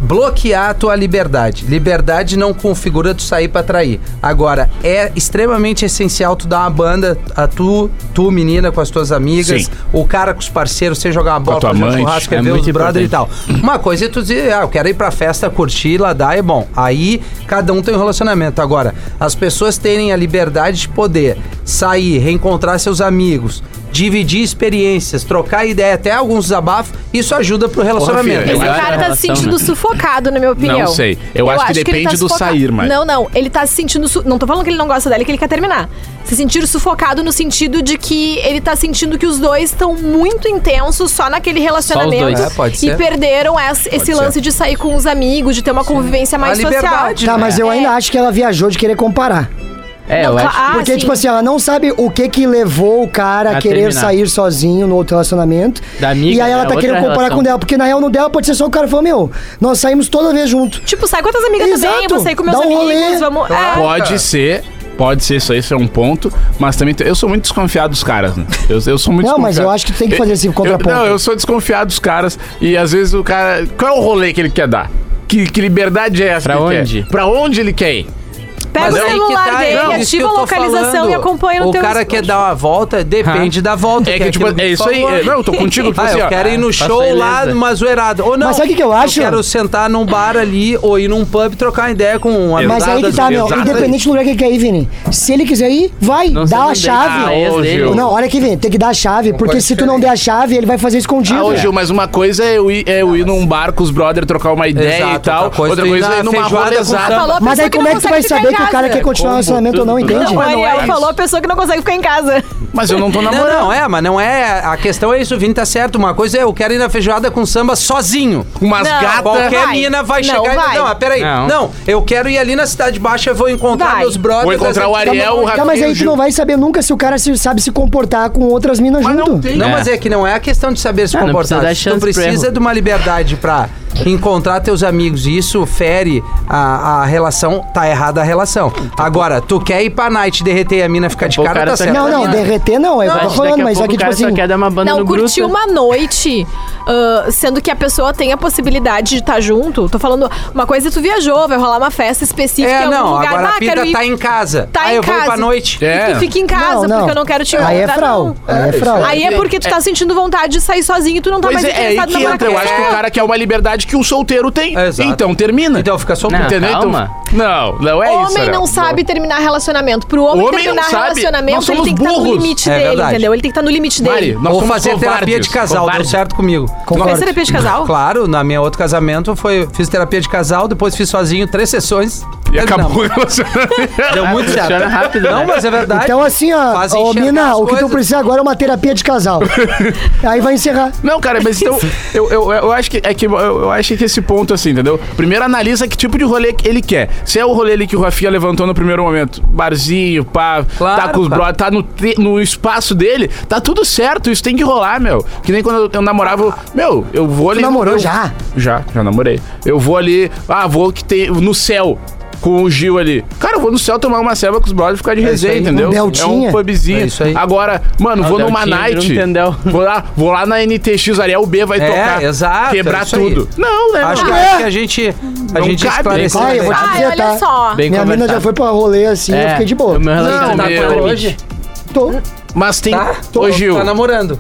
Speaker 2: bloquear a tua liberdade. Liberdade não configura tu sair pra trair. Agora, é extremamente essencial tu dar uma banda a tu, tu menina com as tuas amigas,
Speaker 4: Sim.
Speaker 2: o cara com os parceiros, você jogar uma bola,
Speaker 4: tua
Speaker 2: fazer um
Speaker 4: amante,
Speaker 2: churrasco,
Speaker 5: é
Speaker 2: ver os
Speaker 5: muito
Speaker 2: brother e tal. Uma coisa é tu dizer, ah, eu quero ir pra festa, curtir, ladar, é bom. Aí cada um tem um relacionamento. Agora, as pessoas terem a liberdade de poder sair, reencontrar seus amigos, dividir experiências, trocar ideia, até alguns desabafos, isso ajuda pro relacionamento.
Speaker 4: Rafinha,
Speaker 3: Esse
Speaker 4: Eu acho é
Speaker 3: cara
Speaker 5: que
Speaker 3: tá
Speaker 5: a
Speaker 3: se
Speaker 5: relação,
Speaker 3: sentindo
Speaker 5: né?
Speaker 3: sufocado, na minha opinião.
Speaker 4: Não sei. Eu acho que
Speaker 3: ele tá
Speaker 4: depende do
Speaker 3: sufoca-
Speaker 4: sair, Mari.
Speaker 3: Não, não. Ele tá se sentindo. su- Não tô falando que ele não gosta dela, é que ele quer terminar. Se sentir sufocado no sentido de que ele tá sentindo que os dois estão muito intensos só naquele relacionamento.
Speaker 5: dois.
Speaker 2: É, pode
Speaker 3: E
Speaker 2: ser.
Speaker 3: perderam esse, esse
Speaker 4: Pode ser.
Speaker 3: lance de sair com os amigos, de ter uma convivência mais
Speaker 2: A
Speaker 3: social.
Speaker 2: liberdade,
Speaker 6: Tá, mas eu ainda acho que ela viajou de querer comparar.
Speaker 5: É, eu
Speaker 3: Não,
Speaker 5: acho.
Speaker 3: ah,
Speaker 6: Porque,
Speaker 3: sim.
Speaker 6: tipo assim, ela não sabe o que que levou o cara a,
Speaker 5: A
Speaker 6: querer
Speaker 5: terminar.
Speaker 6: sair sozinho no outro relacionamento.
Speaker 5: Da amiga,
Speaker 6: e aí ela
Speaker 5: né?
Speaker 6: tá
Speaker 5: Outra
Speaker 6: querendo comparar
Speaker 5: relação.
Speaker 6: com o dela. Porque na real, no dela pode ser só o cara falou, meu, nós saímos toda vez junto.
Speaker 3: Tipo, sai com as amigas também,
Speaker 6: Exato.
Speaker 3: vou sair com meus
Speaker 6: Dá um
Speaker 3: amigos,
Speaker 6: rolê.
Speaker 3: vamos. É.
Speaker 4: Pode ser. Pode ser isso aí, isso é um ponto. Mas também te- eu sou muito desconfiado dos caras, né? Eu, eu sou muito
Speaker 6: Não,
Speaker 4: desconfiado.
Speaker 6: mas eu acho que tem que fazer esse
Speaker 4: Eu-
Speaker 6: contraponto.
Speaker 4: não, eu sou desconfiado dos caras. E às vezes o cara. Qual é o rolê que ele quer dar? que, que liberdade é essa?
Speaker 5: Pra
Speaker 4: que ele
Speaker 5: onde?
Speaker 4: quer? Pra onde ele quer ir?
Speaker 3: Pega
Speaker 2: Mas
Speaker 3: o
Speaker 2: aí que
Speaker 3: celular
Speaker 2: tá,
Speaker 3: dele,
Speaker 2: é isso que
Speaker 3: ativa
Speaker 2: eu
Speaker 3: a
Speaker 2: tô
Speaker 3: localização
Speaker 2: falando.
Speaker 3: e acompanha
Speaker 2: O
Speaker 3: teu
Speaker 2: cara quer dar uma volta, depende da volta.
Speaker 4: É que, tipo,
Speaker 2: aquilo
Speaker 4: é
Speaker 2: tu
Speaker 4: isso aí,
Speaker 2: falou.
Speaker 4: é, não, eu tô contigo, tipo
Speaker 2: ah,
Speaker 4: assim,
Speaker 2: eu
Speaker 4: ó.
Speaker 2: quero ir no
Speaker 5: Passa
Speaker 2: show
Speaker 5: aí,
Speaker 2: lá
Speaker 5: Lisa.
Speaker 2: numa zoeirada. Ou não,
Speaker 6: Mas sabe o que que eu acho?
Speaker 2: quero sentar num bar ali ou ir num pub trocar uma ideia com um
Speaker 6: Mas aí que tá, meu.
Speaker 4: Exatamente.
Speaker 6: Independente do lugar que ele quer ir, Vini. Se ele quiser ir, vai.
Speaker 5: Não sei
Speaker 6: dá a
Speaker 5: nem
Speaker 6: chave.
Speaker 5: bem. Ah, ô, Gil.
Speaker 6: Não, olha aqui, Vini. Tem que dar a chave, porque se tu não der a chave, ele vai fazer escondido.
Speaker 4: Ah,
Speaker 2: né?
Speaker 4: ô, Gil, mas uma coisa é eu ir, é eu ir num bar com os brother trocar uma ideia
Speaker 2: Exato,
Speaker 4: e tal.
Speaker 2: outra coisa
Speaker 4: Outra
Speaker 2: tu ir
Speaker 4: coisa
Speaker 2: na
Speaker 4: é ir numa
Speaker 2: feijoada
Speaker 4: roda
Speaker 2: com
Speaker 4: exata.
Speaker 2: samba.
Speaker 3: Falou a
Speaker 6: Mas
Speaker 3: pessoa
Speaker 6: aí como
Speaker 3: não
Speaker 6: é que tu
Speaker 3: consegue
Speaker 6: vai
Speaker 3: ficar
Speaker 6: saber
Speaker 3: em
Speaker 6: que o cara
Speaker 3: casa.
Speaker 6: quer continuar o relacionamento ou não, entende?
Speaker 3: Não,
Speaker 4: mas não
Speaker 3: Ariel,
Speaker 4: é
Speaker 3: falou a pessoa que não consegue ficar em casa.
Speaker 4: Mas eu não tô
Speaker 2: Não,
Speaker 4: namorando.
Speaker 2: não, é, mas não é. A questão é isso, o Vini tá certo. Uma coisa é eu quero ir na feijoada com samba sozinho.
Speaker 4: Umas
Speaker 3: Não.
Speaker 4: gatas.
Speaker 2: Qualquer
Speaker 3: Vai.
Speaker 2: mina vai
Speaker 3: Não,
Speaker 2: chegar e vai.
Speaker 3: vai.
Speaker 2: Não, mas peraí. Não.
Speaker 5: Não.
Speaker 2: eu quero ir ali na Cidade Baixa, eu vou encontrar
Speaker 3: Vai.
Speaker 2: meus brothers.
Speaker 4: Vou encontrar o
Speaker 2: essa-
Speaker 5: é um
Speaker 4: Ariel, o
Speaker 6: Tá,
Speaker 4: Rafinha.
Speaker 6: mas aí
Speaker 4: o
Speaker 6: tu
Speaker 4: Gil.
Speaker 6: não vai saber nunca se o cara se- sabe se comportar com outras minas
Speaker 4: Mas
Speaker 6: junto.
Speaker 4: não tem.
Speaker 2: Não,
Speaker 5: É.
Speaker 2: mas é que não é a questão de saber se
Speaker 5: Ah, não
Speaker 2: comportar.
Speaker 5: precisa dar
Speaker 2: Se tu
Speaker 5: chance pro
Speaker 2: precisa
Speaker 5: erro.
Speaker 2: de uma liberdade pra encontrar teus amigos e isso fere a, a relação, tá errada a relação. Agora, tu quer ir pra night, derreter a mina, ficar de
Speaker 5: Pô, o
Speaker 2: cara,
Speaker 5: cara
Speaker 2: tá
Speaker 5: tá-
Speaker 2: certo.
Speaker 6: Não,
Speaker 2: a
Speaker 6: não,
Speaker 2: mina.
Speaker 6: derreter não, é o que eu tô
Speaker 5: Mas daqui
Speaker 6: falando,
Speaker 5: a
Speaker 6: mas é
Speaker 5: pouco
Speaker 6: que
Speaker 5: o
Speaker 6: tipo
Speaker 5: cara só
Speaker 6: assim.
Speaker 5: quer dar uma banda
Speaker 3: Não,
Speaker 5: no
Speaker 3: curtir
Speaker 5: grupo.
Speaker 3: uma noite, ah, sendo que a pessoa tem a possibilidade de estar junto. Tô falando, uma coisa é tu viajou, vai rolar uma festa específica
Speaker 2: É,
Speaker 3: em algum
Speaker 2: não,
Speaker 3: lugar.
Speaker 2: agora
Speaker 3: ah,
Speaker 2: a
Speaker 3: quero
Speaker 2: Pita
Speaker 3: ir.
Speaker 2: tá em casa.
Speaker 3: Tá
Speaker 2: Aí
Speaker 3: em
Speaker 2: eu vou ir pra
Speaker 3: casa.
Speaker 2: noite.
Speaker 4: É.
Speaker 3: E tu fica em
Speaker 6: Não,
Speaker 3: casa,
Speaker 6: não.
Speaker 3: porque eu não quero te
Speaker 6: Aí é
Speaker 3: encontrar,
Speaker 6: fraude.
Speaker 3: não.
Speaker 6: Aí é fraude.
Speaker 3: Aí é porque tu tá sentindo vontade de sair sozinho e tu não tá
Speaker 4: Pois
Speaker 3: mais
Speaker 4: é, é aí
Speaker 3: interessado
Speaker 4: que
Speaker 3: na
Speaker 4: entra. Eu acho que o cara quer uma liberdade que o solteiro tem.
Speaker 2: Exato.
Speaker 4: Então termina.
Speaker 2: Então fica solteiro.
Speaker 5: Não,
Speaker 4: Entendeu? Então-
Speaker 5: calma.
Speaker 4: não, não é isso.
Speaker 3: homem
Speaker 4: Ariel.
Speaker 3: não sabe terminar relacionamento. Pro homem,
Speaker 4: Homem não
Speaker 3: terminar
Speaker 4: sabe. Nós
Speaker 3: relacionamento, ele
Speaker 4: somos
Speaker 3: tem que estar no
Speaker 4: burros.
Speaker 3: limite
Speaker 2: É
Speaker 3: dele,
Speaker 2: verdade.
Speaker 3: entendeu? Ele tem que estar no limite
Speaker 4: Mari,
Speaker 3: dele.
Speaker 4: nós
Speaker 2: Ou
Speaker 4: somos
Speaker 2: fazer terapia
Speaker 4: covardes,
Speaker 2: de casal,
Speaker 4: covardes.
Speaker 2: deu certo comigo.
Speaker 6: Concordo.
Speaker 3: Fez terapia de casal?
Speaker 2: Claro, na minha outro casamento foi, fiz terapia de casal, depois fiz sozinho três sessões.
Speaker 4: E acabou
Speaker 2: Não,
Speaker 4: o relacionamento.
Speaker 2: Deu muito certo.
Speaker 5: Funciona rápido,
Speaker 2: Não,
Speaker 5: né?
Speaker 2: mas é verdade.
Speaker 6: Então assim, ó,
Speaker 2: Faz
Speaker 6: ô,
Speaker 2: enxergar as
Speaker 6: Mina, o que tu
Speaker 2: coisas.
Speaker 6: precisa agora é uma terapia de casal. aí vai encerrar.
Speaker 4: Não, cara, mas então. eu, eu, eu acho que é que eu, eu acho que esse ponto, assim, entendeu? Primeiro analisa que tipo de rolê que ele quer. Se é o rolê ali que o Rafinha levantou no primeiro momento, barzinho, pá,
Speaker 2: Claro,
Speaker 4: tá com os
Speaker 2: cara.
Speaker 4: brothers, tá no, te- no espaço dele, tá tudo certo, isso tem que rolar, meu. Que nem quando eu, eu namorava, eu- meu, eu vou ali.
Speaker 6: namorou
Speaker 4: eu-
Speaker 6: já?
Speaker 4: Já, já namorei. Eu vou ali, ah, vou que tem no céu. Com o Gil ali. Cara, eu vou no céu tomar uma ceva com os brothers e ficar de resenha,
Speaker 2: aí, um
Speaker 4: entendeu? é
Speaker 6: Deltinha.
Speaker 4: um pubzinho.
Speaker 2: É isso aí.
Speaker 4: Agora, mano,
Speaker 5: Ah, o
Speaker 4: vou numa
Speaker 5: Deltinha,
Speaker 4: night.
Speaker 5: Drew Tendel.
Speaker 4: Vou lá, vou lá na NTX Ariel B vai
Speaker 2: É,
Speaker 4: tocar.
Speaker 2: exato, é
Speaker 4: Quebrar
Speaker 2: isso aí.
Speaker 4: tudo. Não, né?
Speaker 2: Acho,
Speaker 4: não
Speaker 2: que,
Speaker 4: é.
Speaker 2: acho que a gente, a
Speaker 4: Não
Speaker 2: gente
Speaker 4: cabe,
Speaker 2: esclareceu.
Speaker 6: Ai, eu vou te
Speaker 3: Ai,
Speaker 6: dizer,
Speaker 3: olha
Speaker 6: tá?
Speaker 3: só.
Speaker 5: Bem
Speaker 6: Minha mina
Speaker 5: conversado. É,
Speaker 6: já foi pra rolê assim, eu fiquei de boa.
Speaker 5: O meu
Speaker 4: Não,
Speaker 5: relacionamento
Speaker 4: meu.
Speaker 5: tá no limite.
Speaker 6: Tô.
Speaker 4: Mas tem.
Speaker 2: Tá?
Speaker 4: Ah? Ô, Gil.
Speaker 2: Tá namorando.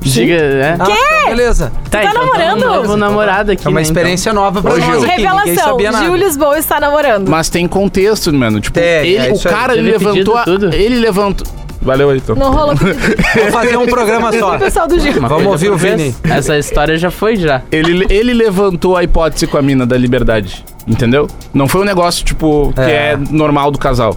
Speaker 5: Diga, né?
Speaker 2: Ah, então beleza.
Speaker 5: Tá,
Speaker 3: tá
Speaker 5: então
Speaker 3: namorando?
Speaker 5: um novo namorado aqui,
Speaker 2: É uma
Speaker 5: né,
Speaker 2: experiência nova pra
Speaker 4: então. Ô,
Speaker 2: nós
Speaker 4: Gil.
Speaker 2: aqui. ninguém
Speaker 3: Revelação,
Speaker 2: sabia nada.
Speaker 3: Gil Lisboa está namorando.
Speaker 4: Mas tem contexto, mano. Tipo,
Speaker 2: Tem, é
Speaker 4: ele, o
Speaker 2: isso aí.
Speaker 4: cara ele
Speaker 5: Teve pedido
Speaker 4: levantou. a-
Speaker 5: tudo.
Speaker 4: ele levantou. Valeu aí, então.
Speaker 3: Não rola com
Speaker 2: Vou fazer um programa só.
Speaker 3: o pessoal do Gil.
Speaker 5: Uma
Speaker 2: Vamos ouvir
Speaker 5: coisa por
Speaker 2: o
Speaker 5: vez.
Speaker 2: Vini.
Speaker 5: Essa história já foi já.
Speaker 4: Ele, ele levantou a hipótese com a mina da liberdade. Entendeu? Não foi um negócio, tipo, que
Speaker 2: É.
Speaker 4: é, normal do casal.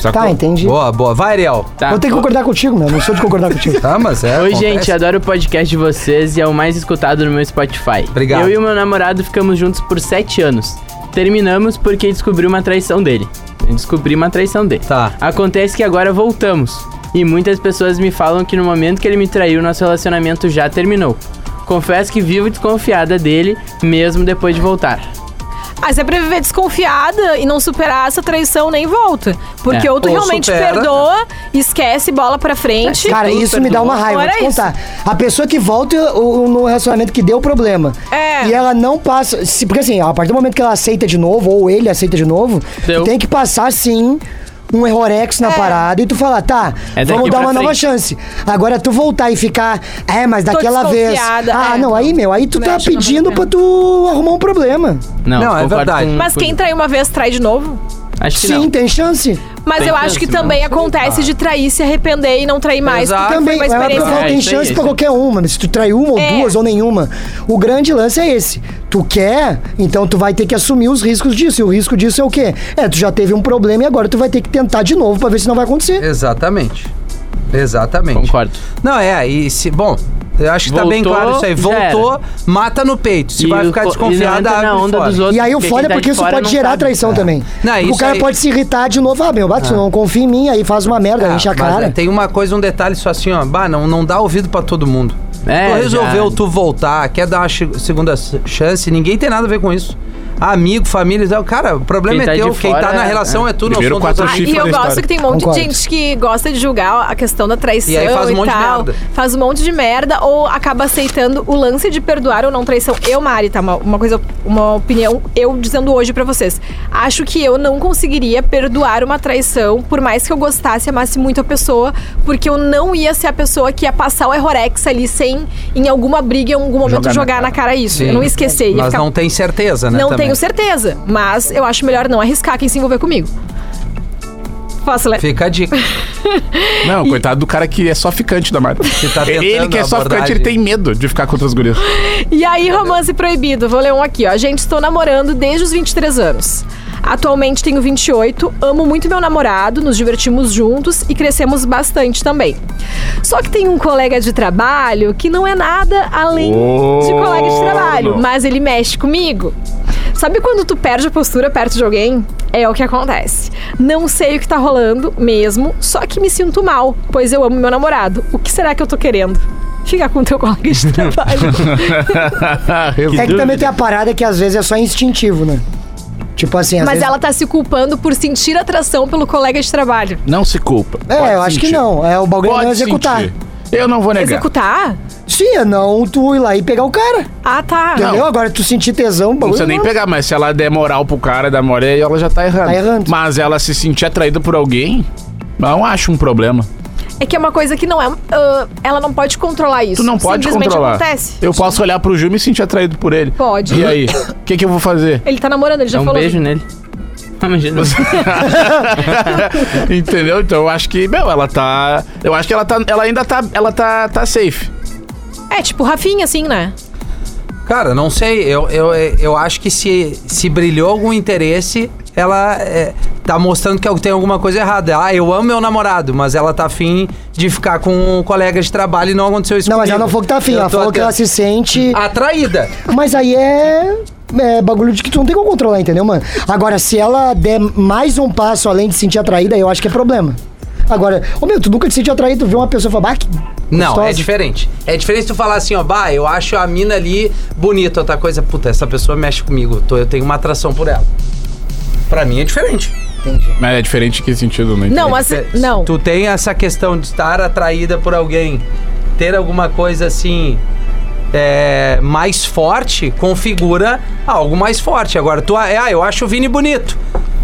Speaker 4: Sacou?
Speaker 6: Tá, entendi.
Speaker 2: Boa, boa. Vai, Ariel.
Speaker 5: Tá.
Speaker 6: Vou ter que concordar contigo, meu. Não sou de concordar contigo.
Speaker 2: Tá, mas é.
Speaker 5: Oi,
Speaker 2: acontece.
Speaker 5: gente, adoro o podcast de vocês e é o mais escutado no meu Spotify.
Speaker 2: Obrigado.
Speaker 5: Eu e o meu namorado ficamos juntos por sete anos. Terminamos porque descobri uma traição dele. Eu Descobri uma traição dele.
Speaker 2: Tá.
Speaker 5: Acontece que agora voltamos. E muitas pessoas me falam que no momento que ele me traiu, nosso relacionamento já terminou. Confesso que vivo desconfiada dele, mesmo depois de voltar.
Speaker 3: Ah, se é pra viver desconfiada e não superar essa traição, nem volta. Porque
Speaker 5: É.
Speaker 3: ou tu
Speaker 2: Ou
Speaker 3: realmente
Speaker 2: supera.
Speaker 3: perdoa, esquece, bola pra frente.
Speaker 6: Cara, isso me dá uma raiva, vou
Speaker 3: Olha
Speaker 6: te contar. A pessoa que volta o- o- no relacionamento que deu problema.
Speaker 3: É.
Speaker 6: E ela não passa. se- porque assim, a partir do momento que ela aceita de novo, ou ele aceita de novo,
Speaker 5: Deu.
Speaker 6: tu tem que passar sim. Um errorex na parada e tu fala, tá,
Speaker 5: É daqui
Speaker 6: vamos dar
Speaker 5: pra
Speaker 6: uma nova
Speaker 5: frente.
Speaker 6: chance. Agora tu voltar e ficar, é, mas daquela vez.
Speaker 3: desconfiada,
Speaker 6: Ah,
Speaker 3: é.
Speaker 6: não, aí, meu, aí tu
Speaker 3: Não
Speaker 6: tá
Speaker 3: acho que não vale
Speaker 6: pedindo
Speaker 3: a
Speaker 6: pra
Speaker 3: pena.
Speaker 6: tu arrumar um problema.
Speaker 5: Não,
Speaker 2: Não, é
Speaker 5: concordo
Speaker 2: verdade.
Speaker 5: com-
Speaker 3: Mas quem tá- trai uma vez, trai de novo.
Speaker 5: Acho que
Speaker 6: Sim,
Speaker 5: não.
Speaker 6: tem chance.
Speaker 3: Mas
Speaker 5: Tem
Speaker 3: eu acho
Speaker 5: chance,
Speaker 3: que
Speaker 5: não.
Speaker 3: também acontece de trair, se arrepender e não trair mais.
Speaker 2: Exato.
Speaker 3: porque
Speaker 6: Também,
Speaker 3: foi
Speaker 6: mas
Speaker 3: Ah, uma
Speaker 6: é porque eu falo,
Speaker 3: experiência.
Speaker 5: É,
Speaker 6: tem
Speaker 5: isso aí,
Speaker 6: chance pra
Speaker 5: isso aí.
Speaker 6: qualquer uma. Se tu trair uma ou
Speaker 3: É.
Speaker 6: duas ou nenhuma. O grande lance é esse. Tu quer, então tu vai ter que assumir os riscos disso. E o risco disso é o quê? É, tu já teve um problema e agora tu vai ter que tentar de novo pra ver se não vai acontecer.
Speaker 2: É, Exatamente. Exatamente.
Speaker 5: Concordo.
Speaker 2: Não, é, e se. Bom, eu acho que tá bem
Speaker 5: Voltou,
Speaker 2: claro isso aí.
Speaker 5: já
Speaker 2: Voltou, mata no peito. Se vai
Speaker 5: o
Speaker 2: ficar
Speaker 5: co-
Speaker 2: desconfiado,
Speaker 5: entra
Speaker 2: abre
Speaker 5: na onda
Speaker 2: fora.
Speaker 5: dos outros.
Speaker 6: E aí o
Speaker 5: quem
Speaker 6: foda é
Speaker 5: tá de
Speaker 6: porque isso
Speaker 5: fora
Speaker 6: pode
Speaker 5: não
Speaker 6: gerar
Speaker 5: sabe.
Speaker 6: traição também.
Speaker 2: Não,
Speaker 6: o
Speaker 2: isso
Speaker 6: cara
Speaker 2: aí-
Speaker 6: pode se irritar de novo. Ah, meu, bato, tu não confia em mim, aí faz uma merda,
Speaker 2: Ah,
Speaker 6: enche a
Speaker 2: mas,
Speaker 6: cara.
Speaker 2: é, tem uma coisa, um detalhe só assim, ó. Bah, não, não dá ouvido pra todo mundo.
Speaker 5: É,
Speaker 2: tu resolveu
Speaker 5: já.
Speaker 2: tu voltar, quer dar uma chi- segunda s- chance, ninguém tem nada a ver com isso. amigo, família. e tal. Cara, o problema
Speaker 5: Quem
Speaker 2: é
Speaker 5: tá
Speaker 2: teu.
Speaker 5: de
Speaker 2: Quem
Speaker 5: fora,
Speaker 2: tá na
Speaker 5: é,
Speaker 2: relação é, tu, não
Speaker 4: Primeiro
Speaker 2: são
Speaker 4: quatro
Speaker 2: teus
Speaker 3: Ah,
Speaker 4: chifre
Speaker 3: e
Speaker 4: da
Speaker 3: eu gosto
Speaker 4: história.
Speaker 3: que tem um monte
Speaker 6: Concordo.
Speaker 3: de gente que gosta de julgar a questão da traição
Speaker 2: E
Speaker 3: e,
Speaker 2: aí faz um monte de
Speaker 3: tal.
Speaker 2: merda.
Speaker 3: Faz um monte de merda ou acaba aceitando o lance de perdoar ou não traição. Eu, Mari, tá? Uma, uma coisa, uma opinião eu dizendo hoje pra vocês. Acho que eu não conseguiria perdoar uma traição, por mais que eu gostasse, amasse muito a pessoa, porque eu não ia ser a pessoa que ia passar o errorex ali sem, em alguma briga, em algum momento,
Speaker 4: Jogar na
Speaker 3: jogar, na, cara. isso.
Speaker 2: Sim.
Speaker 3: Eu não ia esquecer. Ia
Speaker 2: Mas
Speaker 3: ficar...
Speaker 2: não tem certeza, né?
Speaker 3: Não
Speaker 2: também.
Speaker 3: tenho certeza, mas eu acho melhor não arriscar quem se envolver comigo. Posso ler?
Speaker 2: Fica a dica.
Speaker 4: Não, coitado do cara que é só ficante da Mari.
Speaker 2: tá
Speaker 4: ele, ele
Speaker 2: tentando
Speaker 4: que é só
Speaker 2: abordagem.
Speaker 4: ficante, ele tem medo de ficar com outras gurias.
Speaker 3: E aí, romance proibido. Vou ler um aqui, ó. Gente, estou namorando desde os 23 anos. Atualmente tenho 28, amo muito meu namorado, nos divertimos juntos e crescemos bastante também. Só que tem um colega de trabalho que não é nada além de colega de trabalho,
Speaker 4: não.
Speaker 3: mas ele mexe comigo. Sabe quando tu perde a postura perto de alguém? É o que acontece. Não sei o que tá rolando mesmo, só que me sinto mal, pois eu amo meu namorado. O que será que eu tô querendo? Ficar com teu colega de trabalho.
Speaker 6: É que também tem a parada que às vezes é só instintivo, né? Tipo assim, às
Speaker 3: Mas
Speaker 6: vezes...
Speaker 3: ela tá se culpando por sentir atração pelo colega de trabalho.
Speaker 4: Não se culpa.
Speaker 6: É,
Speaker 4: Pode
Speaker 6: eu acho que
Speaker 4: sentir.
Speaker 6: não. É o bagulho é
Speaker 4: Pode
Speaker 6: não executar.
Speaker 4: sentir. Eu não vou negar.
Speaker 3: Executar?
Speaker 6: Sim, é não tu ir lá e pegar o cara.
Speaker 3: Ah, tá.
Speaker 6: Entendeu? Agora tu sentir tesão, o
Speaker 4: Não
Speaker 6: bagulho.
Speaker 4: precisa nem
Speaker 6: não.
Speaker 4: pegar, mas se ela der moral pro cara, dar moral, aí ela já tá errando.
Speaker 6: Tá errando.
Speaker 4: Mas ela se sentir atraída por alguém, não acho um problema.
Speaker 3: É que é uma coisa que não é. ah, ela não pode controlar isso.
Speaker 4: Tu não pode
Speaker 3: Simplesmente
Speaker 4: controlar.
Speaker 3: acontece.
Speaker 4: Eu posso olhar pro Ju e me sentir atraído por ele.
Speaker 3: Pode.
Speaker 4: E aí, o que, que eu vou fazer?
Speaker 3: Ele tá namorando,
Speaker 4: É
Speaker 3: ele já
Speaker 5: Dá um
Speaker 3: falou.
Speaker 5: beijo nele. Não, imagina.
Speaker 4: Entendeu? Então eu acho que, meu, ela tá. Eu acho que ela tá. Ela ainda tá. Ela tá, tá safe.
Speaker 3: É, tipo, Rafinha, assim, né?
Speaker 2: Cara, não sei. Eu, eu, eu acho que se, se brilhou algum interesse, ela é, tá mostrando que tem alguma coisa errada. Ah, eu amo meu namorado, mas ela tá afim de ficar com um colega de trabalho e não aconteceu isso
Speaker 6: Não, mas
Speaker 2: comigo.
Speaker 6: ela não falou que tá afim.
Speaker 2: Eu
Speaker 6: Ela
Speaker 2: tô
Speaker 6: falou que
Speaker 2: até-
Speaker 6: ela se sente.
Speaker 2: Atraída.
Speaker 6: Mas aí é. É bagulho de que tu não tem como controlar, entendeu, mano? Agora, se ela der mais um passo além de se sentir atraída, eu acho que é problema. Agora, ô meu, tu nunca te sentiu atraído, tu vê uma pessoa e fala, bah, que
Speaker 2: Não,
Speaker 6: gostosa."
Speaker 2: é diferente. É diferente tu falar assim, ó, bah, eu acho a mina ali bonita, outra coisa, puta, essa pessoa mexe comigo, tô- eu tenho uma atração por ela. Pra mim é diferente.
Speaker 4: Mas é diferente que sentido, não entendi.
Speaker 3: Não, mas. Não.
Speaker 2: Tu tem essa questão de estar atraída por alguém, ter alguma coisa assim é, mais forte, configura algo mais forte. Agora, tu, ah, eu acho o Vini bonito.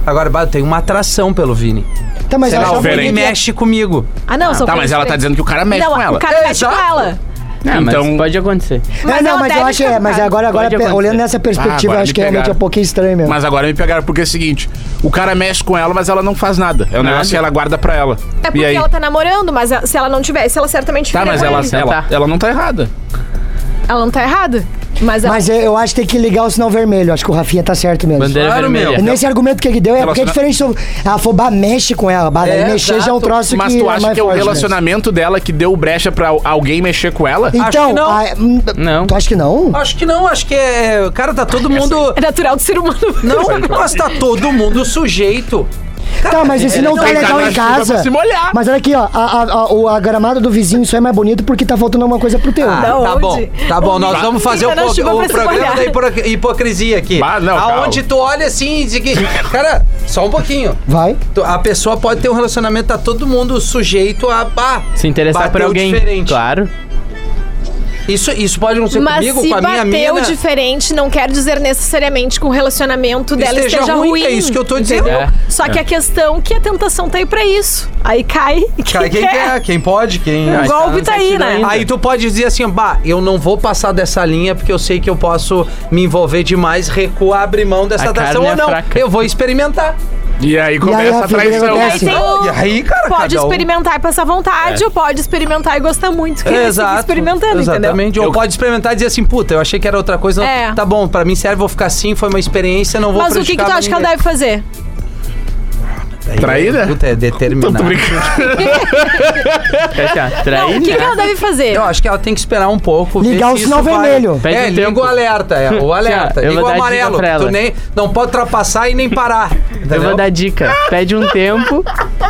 Speaker 2: Agora, bah, eu tenho uma atração pelo Vini.
Speaker 6: Tá, mas
Speaker 2: Sei
Speaker 6: eu
Speaker 2: lá,
Speaker 6: acho
Speaker 2: o Vini
Speaker 4: diferente.
Speaker 2: mexe comigo.
Speaker 3: Ah, não, são
Speaker 4: Tá, mas
Speaker 3: coisas
Speaker 4: ela tá
Speaker 3: diferentes.
Speaker 4: dizendo que o cara mexe
Speaker 3: não,
Speaker 4: com ela.
Speaker 3: O cara
Speaker 2: É,
Speaker 3: mexe com
Speaker 2: exato.
Speaker 3: ela.
Speaker 4: Não,
Speaker 5: então...
Speaker 4: então.
Speaker 5: pode acontecer.
Speaker 6: É,
Speaker 3: ela
Speaker 6: não, mas eu
Speaker 3: deve
Speaker 6: acho,
Speaker 3: ficar
Speaker 6: é, mas
Speaker 3: com
Speaker 6: agora, agora
Speaker 5: Pode
Speaker 6: pe-
Speaker 5: acontecer.
Speaker 6: olhando nessa
Speaker 4: Ah,
Speaker 6: perspectiva,
Speaker 4: agora
Speaker 6: eu acho
Speaker 4: me
Speaker 6: que realmente é
Speaker 4: pegaram.
Speaker 6: um pouquinho estranho mesmo.
Speaker 4: Mas agora me pegaram porque é o seguinte: o cara mexe com ela, mas ela não faz nada. É um negócio que ela guarda pra ela.
Speaker 3: É porque
Speaker 4: e aí?
Speaker 3: ela tá namorando, mas a- se ela não tivesse, ela certamente
Speaker 4: Tá,
Speaker 3: ficaria
Speaker 4: mas
Speaker 3: com
Speaker 4: ela,
Speaker 3: ele.
Speaker 4: ela, ela não tá errada.
Speaker 3: Ela não tá errada. Mas, ela-
Speaker 6: Mas eu- eu acho que tem que ligar o sinal vermelho. Acho que o Rafinha tá certo mesmo.
Speaker 5: Bandeira
Speaker 2: Claro, meu.
Speaker 5: vermelha.
Speaker 6: Nesse argumento que ele deu, é porque é
Speaker 4: Relaciona-
Speaker 6: diferente sobre. Ela falou, bah, mexe com ela. Bah, daí
Speaker 2: É,
Speaker 6: mexer já é um
Speaker 2: exato.
Speaker 6: troço
Speaker 4: Mas
Speaker 6: que
Speaker 4: tu
Speaker 6: é
Speaker 4: acha
Speaker 6: mais
Speaker 4: que é o
Speaker 6: forte, né?
Speaker 4: relacionamento dela que deu brecha pra al- alguém mexer com ela?
Speaker 2: Acho que
Speaker 6: Então,
Speaker 2: não. Ah,
Speaker 6: a- hum,
Speaker 5: Não.
Speaker 6: tu acha que não?
Speaker 2: Acho que não, acho que é. Cara, tá todo mundo.
Speaker 4: assim.
Speaker 3: É natural do ser humano.
Speaker 2: Não, mas tá todo mundo sujeito.
Speaker 6: Tá, mas e se não tá
Speaker 4: ele tá
Speaker 6: legal
Speaker 4: na
Speaker 6: em
Speaker 4: chuva pra
Speaker 6: casa.
Speaker 4: se molhar.
Speaker 6: Mas olha aqui, ó. A, a- a- o- a gramada do vizinho só é mais bonito porque tá faltando alguma coisa pro teu.
Speaker 2: Ah,
Speaker 3: Da
Speaker 2: tá
Speaker 3: onde?
Speaker 2: bom, tá bom. Nós
Speaker 3: Tá.
Speaker 2: vamos fazer o,
Speaker 3: Fica na
Speaker 2: po-
Speaker 3: chuva
Speaker 2: o
Speaker 3: pra se
Speaker 2: programa
Speaker 3: molhar.
Speaker 2: da hipo- hipocrisia aqui.
Speaker 4: Bah, não,
Speaker 2: Aonde
Speaker 4: calma.
Speaker 2: tu olha assim e diz que. Cara, só um pouquinho.
Speaker 6: Vai.
Speaker 2: Tu- A pessoa pode ter um relacionamento, tá todo mundo sujeito a. Bah,
Speaker 5: Se interessar por
Speaker 2: bateu
Speaker 5: alguém.
Speaker 2: Diferente.
Speaker 5: Claro.
Speaker 2: Isso, isso pode acontecer
Speaker 3: Mas
Speaker 2: comigo,
Speaker 3: se
Speaker 2: Tipo, com a minha
Speaker 3: bateu
Speaker 2: mina.
Speaker 3: diferente, não quer dizer necessariamente que o relacionamento dela
Speaker 2: Esteja
Speaker 3: esteja,
Speaker 2: ruim,
Speaker 3: ruim,
Speaker 2: é isso que eu tô dizendo.
Speaker 3: entendeu?
Speaker 5: É.
Speaker 3: Só que a questão é que a tentação tá aí pra isso. Aí cai quem,
Speaker 2: Cara, quem quer, quem pode, quem.
Speaker 3: O
Speaker 5: Mas tá
Speaker 3: golpe
Speaker 5: no
Speaker 3: tá aí,
Speaker 5: sentido
Speaker 3: né?
Speaker 5: ainda.
Speaker 2: Aí tu pode dizer assim, bah, eu não vou passar dessa linha porque eu sei que eu posso me envolver demais, recuar, abrir mão dessa
Speaker 5: A
Speaker 2: atração
Speaker 5: carne
Speaker 2: ou
Speaker 5: é
Speaker 2: não.
Speaker 5: fraca.
Speaker 2: Eu vou experimentar.
Speaker 4: E aí começa
Speaker 6: aí,
Speaker 4: a
Speaker 6: Rafinha,
Speaker 4: traição.
Speaker 6: acontece?
Speaker 3: Aí tem o-
Speaker 2: E aí, cara,
Speaker 3: Oh, pode
Speaker 2: cada um-
Speaker 3: experimentar e passar vontade,
Speaker 5: É.
Speaker 3: ou pode experimentar e gostar muito. Que ele fica experimentando,
Speaker 2: exatamente. Ou pode experimentar e dizer assim, puta, eu achei que era outra coisa. não-
Speaker 3: É.
Speaker 2: Tá bom, pra mim serve, vou ficar assim, foi uma experiência, não vou
Speaker 3: entendeu? Mas o que, que
Speaker 2: prejudicar
Speaker 3: tu acha que ela
Speaker 2: ninguém.
Speaker 3: deve fazer?
Speaker 2: Aí,
Speaker 4: Traíra?
Speaker 2: Puta, é determinado.
Speaker 4: Tô brincando.
Speaker 2: né?
Speaker 5: Tá,
Speaker 3: Não, o
Speaker 5: traíra.
Speaker 3: que, que ela deve fazer?
Speaker 2: Eu acho que ela tem que esperar um pouco. ver
Speaker 6: Ligar
Speaker 2: se
Speaker 6: o
Speaker 2: isso
Speaker 6: sinal
Speaker 2: vai-
Speaker 6: vermelho.
Speaker 5: Pede
Speaker 2: é,
Speaker 5: um
Speaker 2: liga
Speaker 5: tempo.
Speaker 2: o alerta, é, o alerta.
Speaker 5: Tia, eu
Speaker 2: liga o
Speaker 5: vou dar dica
Speaker 2: amarelo.
Speaker 5: pra ela.
Speaker 2: Tu nem, não pode ultrapassar e nem parar.
Speaker 5: Eu
Speaker 2: entendeu?
Speaker 5: vou dar dica. Pede um tempo,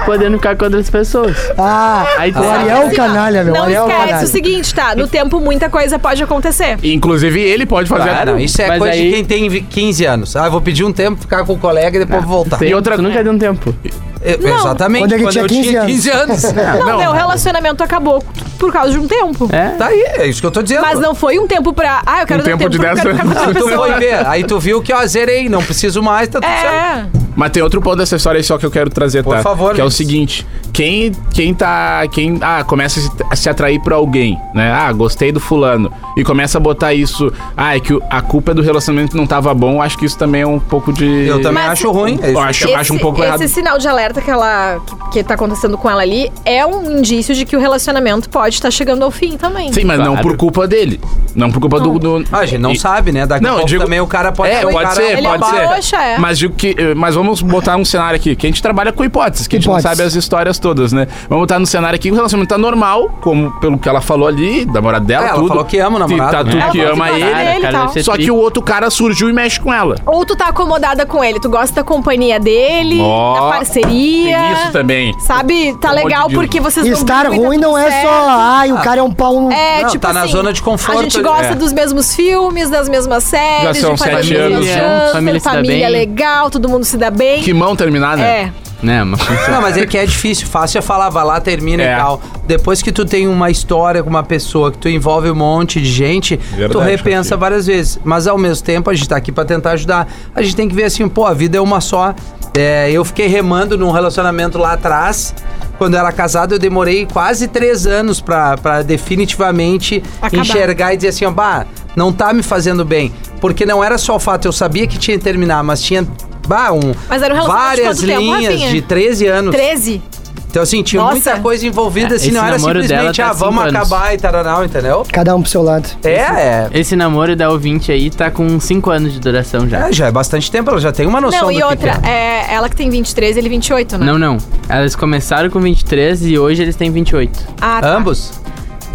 Speaker 5: podendo ficar com outras pessoas.
Speaker 6: Ah,
Speaker 5: Aí tu
Speaker 6: o
Speaker 5: sabe.
Speaker 6: Ariel é o canalha, meu. O
Speaker 3: assim,
Speaker 6: Ariel
Speaker 3: Não
Speaker 6: é o
Speaker 3: esquece
Speaker 6: canalha.
Speaker 3: o seguinte, tá? No tempo muita coisa pode acontecer.
Speaker 4: Inclusive, ele pode fazer.
Speaker 2: Ah, não, isso é
Speaker 5: Mas
Speaker 2: coisa de
Speaker 5: aí-
Speaker 2: quem tem vi- 15 anos. Ah, eu vou pedir um tempo, ficar com o colega e depois
Speaker 5: Tá.
Speaker 2: vou voltar.
Speaker 5: Tempo,
Speaker 4: E outra-
Speaker 5: Tu nunca deu um tempo.
Speaker 2: Eu-
Speaker 3: Não.
Speaker 2: Exatamente.
Speaker 6: Quando ele
Speaker 2: eu
Speaker 6: tinha 15
Speaker 2: tinha
Speaker 6: anos.
Speaker 2: 15 anos.
Speaker 3: Não, não, o relacionamento acabou por causa de um tempo.
Speaker 5: É?
Speaker 2: Tá aí, é isso que eu tô dizendo. Ah,
Speaker 3: Mas não foi um tempo pra. Ah, eu quero
Speaker 4: Um
Speaker 3: dar
Speaker 4: tempo de
Speaker 3: pra- eu
Speaker 4: 10
Speaker 3: quero ficar com outra
Speaker 2: Tu
Speaker 3: pessoa.
Speaker 2: foi ver, aí tu viu que ó, zerei, não preciso mais, tá tudo certo.
Speaker 3: É.
Speaker 4: Mas tem outro ponto dessa história aí só que eu quero trazer,
Speaker 2: Por
Speaker 4: tá?
Speaker 2: favor,
Speaker 4: Que é o
Speaker 2: Luiz.
Speaker 4: seguinte: quem, quem tá. Quem ah, começa a se, a se atrair por alguém, né? Ah, gostei do fulano. E começa a botar isso. Ah, é que o- a culpa do relacionamento não tava bom. Acho que isso também é um pouco de.
Speaker 2: Eu também
Speaker 3: Mas-
Speaker 2: acho ruim. é isso.
Speaker 4: Eu acho, acho um pouco
Speaker 3: esse
Speaker 4: errado.
Speaker 3: sinal de alerta que ela que, que tá acontecendo com ela ali é um indício de que o relacionamento pode estar chegando ao fim também.
Speaker 4: Sim, mas não
Speaker 5: Claro.
Speaker 4: por culpa dele. Não por culpa do. do
Speaker 2: Ah, a gente não
Speaker 4: e-
Speaker 2: sabe, né? Daqui a
Speaker 4: Não, eu
Speaker 2: pouco
Speaker 4: digo-
Speaker 2: também o cara pode
Speaker 4: É,
Speaker 2: um
Speaker 4: pode
Speaker 2: cara-
Speaker 4: ser,
Speaker 3: ele
Speaker 4: pode
Speaker 3: é uma
Speaker 4: ser.
Speaker 3: Poxa, é.
Speaker 4: Mas digo que. eh, Mas vamos botar um cenário aqui, que a gente trabalha com hipóteses, que a gente não
Speaker 6: Hipótese.
Speaker 4: sabe as histórias todas, né? Vamos botar no cenário aqui que o relacionamento tá normal, como pelo que ela falou ali, da namorada dela,
Speaker 2: É, ela
Speaker 4: tudo.
Speaker 2: falou que ama o namorado,
Speaker 4: Tá
Speaker 2: né?
Speaker 4: tudo
Speaker 3: Ela
Speaker 4: que
Speaker 3: falou que
Speaker 4: ama ele.
Speaker 3: gosta dele.
Speaker 5: Cara,
Speaker 3: e
Speaker 5: cara,
Speaker 3: tal.
Speaker 5: deve ser
Speaker 4: Só que
Speaker 5: tri.
Speaker 4: o outro cara surgiu e mexe com ela.
Speaker 3: Ou tu tá acomodada com ele, tu gosta da companhia dele,
Speaker 4: Ó,
Speaker 3: da parceria.
Speaker 4: Tem isso também.
Speaker 3: Sabe, tá
Speaker 4: Pelo amor de
Speaker 3: legal
Speaker 4: Deus.
Speaker 3: porque vocês estão
Speaker 6: Estar
Speaker 3: juntos e tá
Speaker 6: ruim
Speaker 3: tudo
Speaker 6: não é
Speaker 3: certo.
Speaker 6: só. Ai, o cara é um pau no.
Speaker 3: É,
Speaker 2: Não,
Speaker 3: tipo
Speaker 2: tá na
Speaker 3: assim,
Speaker 2: zona de conforto
Speaker 3: A gente
Speaker 2: ali.
Speaker 3: gosta
Speaker 2: É.
Speaker 3: dos mesmos filmes, das mesmas séries,
Speaker 4: são
Speaker 3: de família,
Speaker 4: sete anos.
Speaker 5: Família, É, família se dá
Speaker 3: família
Speaker 5: bem.
Speaker 3: legal, todo mundo se dá bem.
Speaker 4: Que mão terminar, né?
Speaker 3: É.
Speaker 5: Né, mas...
Speaker 2: Não, mas é que é difícil. Fácil é falar, vai lá, termina
Speaker 4: É.
Speaker 2: e tal. Depois que tu tem uma história com uma pessoa, que tu envolve um monte de gente, tu
Speaker 4: Verdade,
Speaker 2: repensa
Speaker 4: Rafinha.
Speaker 2: várias vezes. Mas ao mesmo tempo, a gente tá aqui pra tentar ajudar. A gente tem que ver assim, pô, a vida é uma só. É, eu fiquei remando num relacionamento lá atrás. Quando eu era casado, eu demorei quase três anos pra, pra definitivamente
Speaker 3: Acabar.
Speaker 2: enxergar e dizer assim, ó, bah, não tá me fazendo bem. Porque não era só o fato, eu sabia que tinha que terminar, mas tinha, bah, um,
Speaker 3: Mas era um relacionamento de
Speaker 2: várias
Speaker 3: quanto tempo,
Speaker 2: linhas
Speaker 3: Rafinha?
Speaker 2: de 13 anos.
Speaker 3: 13?
Speaker 2: Então, assim, tinha
Speaker 3: Nossa.
Speaker 2: muita coisa envolvida,
Speaker 5: É,
Speaker 2: assim,
Speaker 5: esse
Speaker 2: não era
Speaker 5: namoro dela
Speaker 2: simplesmente,
Speaker 5: tá
Speaker 2: ah, vamos
Speaker 5: cinco anos.
Speaker 2: acabar e taranau, entendeu?
Speaker 6: Cada um pro seu lado.
Speaker 2: É, é.
Speaker 5: Esse namoro da ouvinte aí tá com 5 anos de duração já.
Speaker 2: É, já é bastante tempo, ela já tem uma noção
Speaker 3: Não,
Speaker 2: do que
Speaker 3: e outra,
Speaker 2: que é.
Speaker 3: é, ela que tem 23, ele 28, né?
Speaker 5: Não, não. Elas começaram com 23 e hoje eles têm 28.
Speaker 3: Ah, tá.
Speaker 2: Ambos?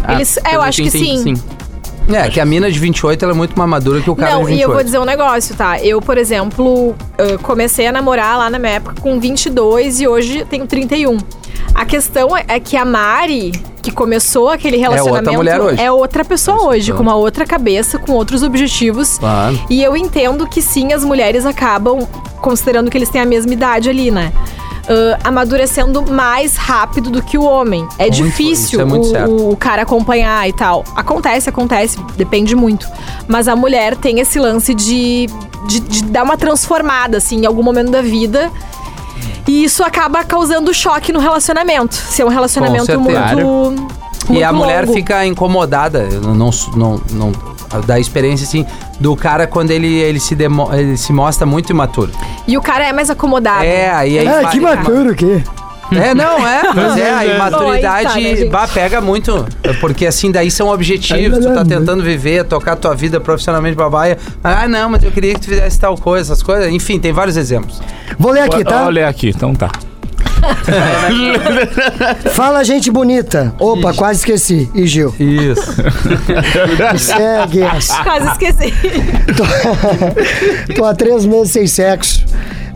Speaker 2: Ah,
Speaker 3: Eles- é, eu
Speaker 5: pelo
Speaker 3: acho que
Speaker 5: eu entendi,
Speaker 3: sim.
Speaker 2: É, que a mina de 28, ela é muito mais madura que o cara
Speaker 3: Não,
Speaker 2: de 28.
Speaker 3: e eu vou dizer um negócio, tá? Eu, por exemplo, eh, comecei a namorar lá na minha época com 22 e hoje tenho 31. A questão é é que a Mari, que começou aquele relacionamento,
Speaker 2: É mulher hoje.
Speaker 3: é outra pessoa hoje, com uma outra cabeça, com outros objetivos.
Speaker 2: Claro.
Speaker 3: E eu entendo que sim, as mulheres acabam, considerando que eles têm a mesma idade ali, né? ah, amadurecendo mais rápido do que o homem. É
Speaker 2: Muito, isso
Speaker 3: difícil
Speaker 2: é muito
Speaker 3: o-
Speaker 2: certo.
Speaker 3: o cara acompanhar e tal. Acontece, acontece, depende muito. Mas a mulher tem esse lance de, de, de dar uma transformada, assim, em algum momento da vida. E isso acaba causando choque no relacionamento. Se é um relacionamento muito,
Speaker 2: certeza.
Speaker 3: muito.
Speaker 2: e a mulher
Speaker 3: longo.
Speaker 2: fica incomodada, eu não, não, não, não- da experiência, assim, do cara quando ele, ele, se, demo- ele se mostra muito imaturo.
Speaker 3: E o cara é mais acomodado.
Speaker 2: É, aí... aí
Speaker 6: Ah,
Speaker 2: vai-
Speaker 6: que maturo que.
Speaker 2: É, não, é. Mas é, a
Speaker 3: Bom, aí
Speaker 2: imaturidade
Speaker 3: está, né,
Speaker 2: bah, pega muito. Porque assim, daí são objetivos. Tu tá tentando viver, tocar tua vida profissionalmente babaia. Ah, não, mas eu queria que tu fizesse tal coisa, essas coisas. Enfim, tem vários exemplos.
Speaker 6: Vou ler aqui, tá?
Speaker 4: Olha aqui, então tá.
Speaker 6: Fala, gente bonita. Opa, quase esqueci. E Gil.
Speaker 2: Isso.
Speaker 6: Segue essa.
Speaker 3: Quase esqueci.
Speaker 6: Tô há três meses sem sexo.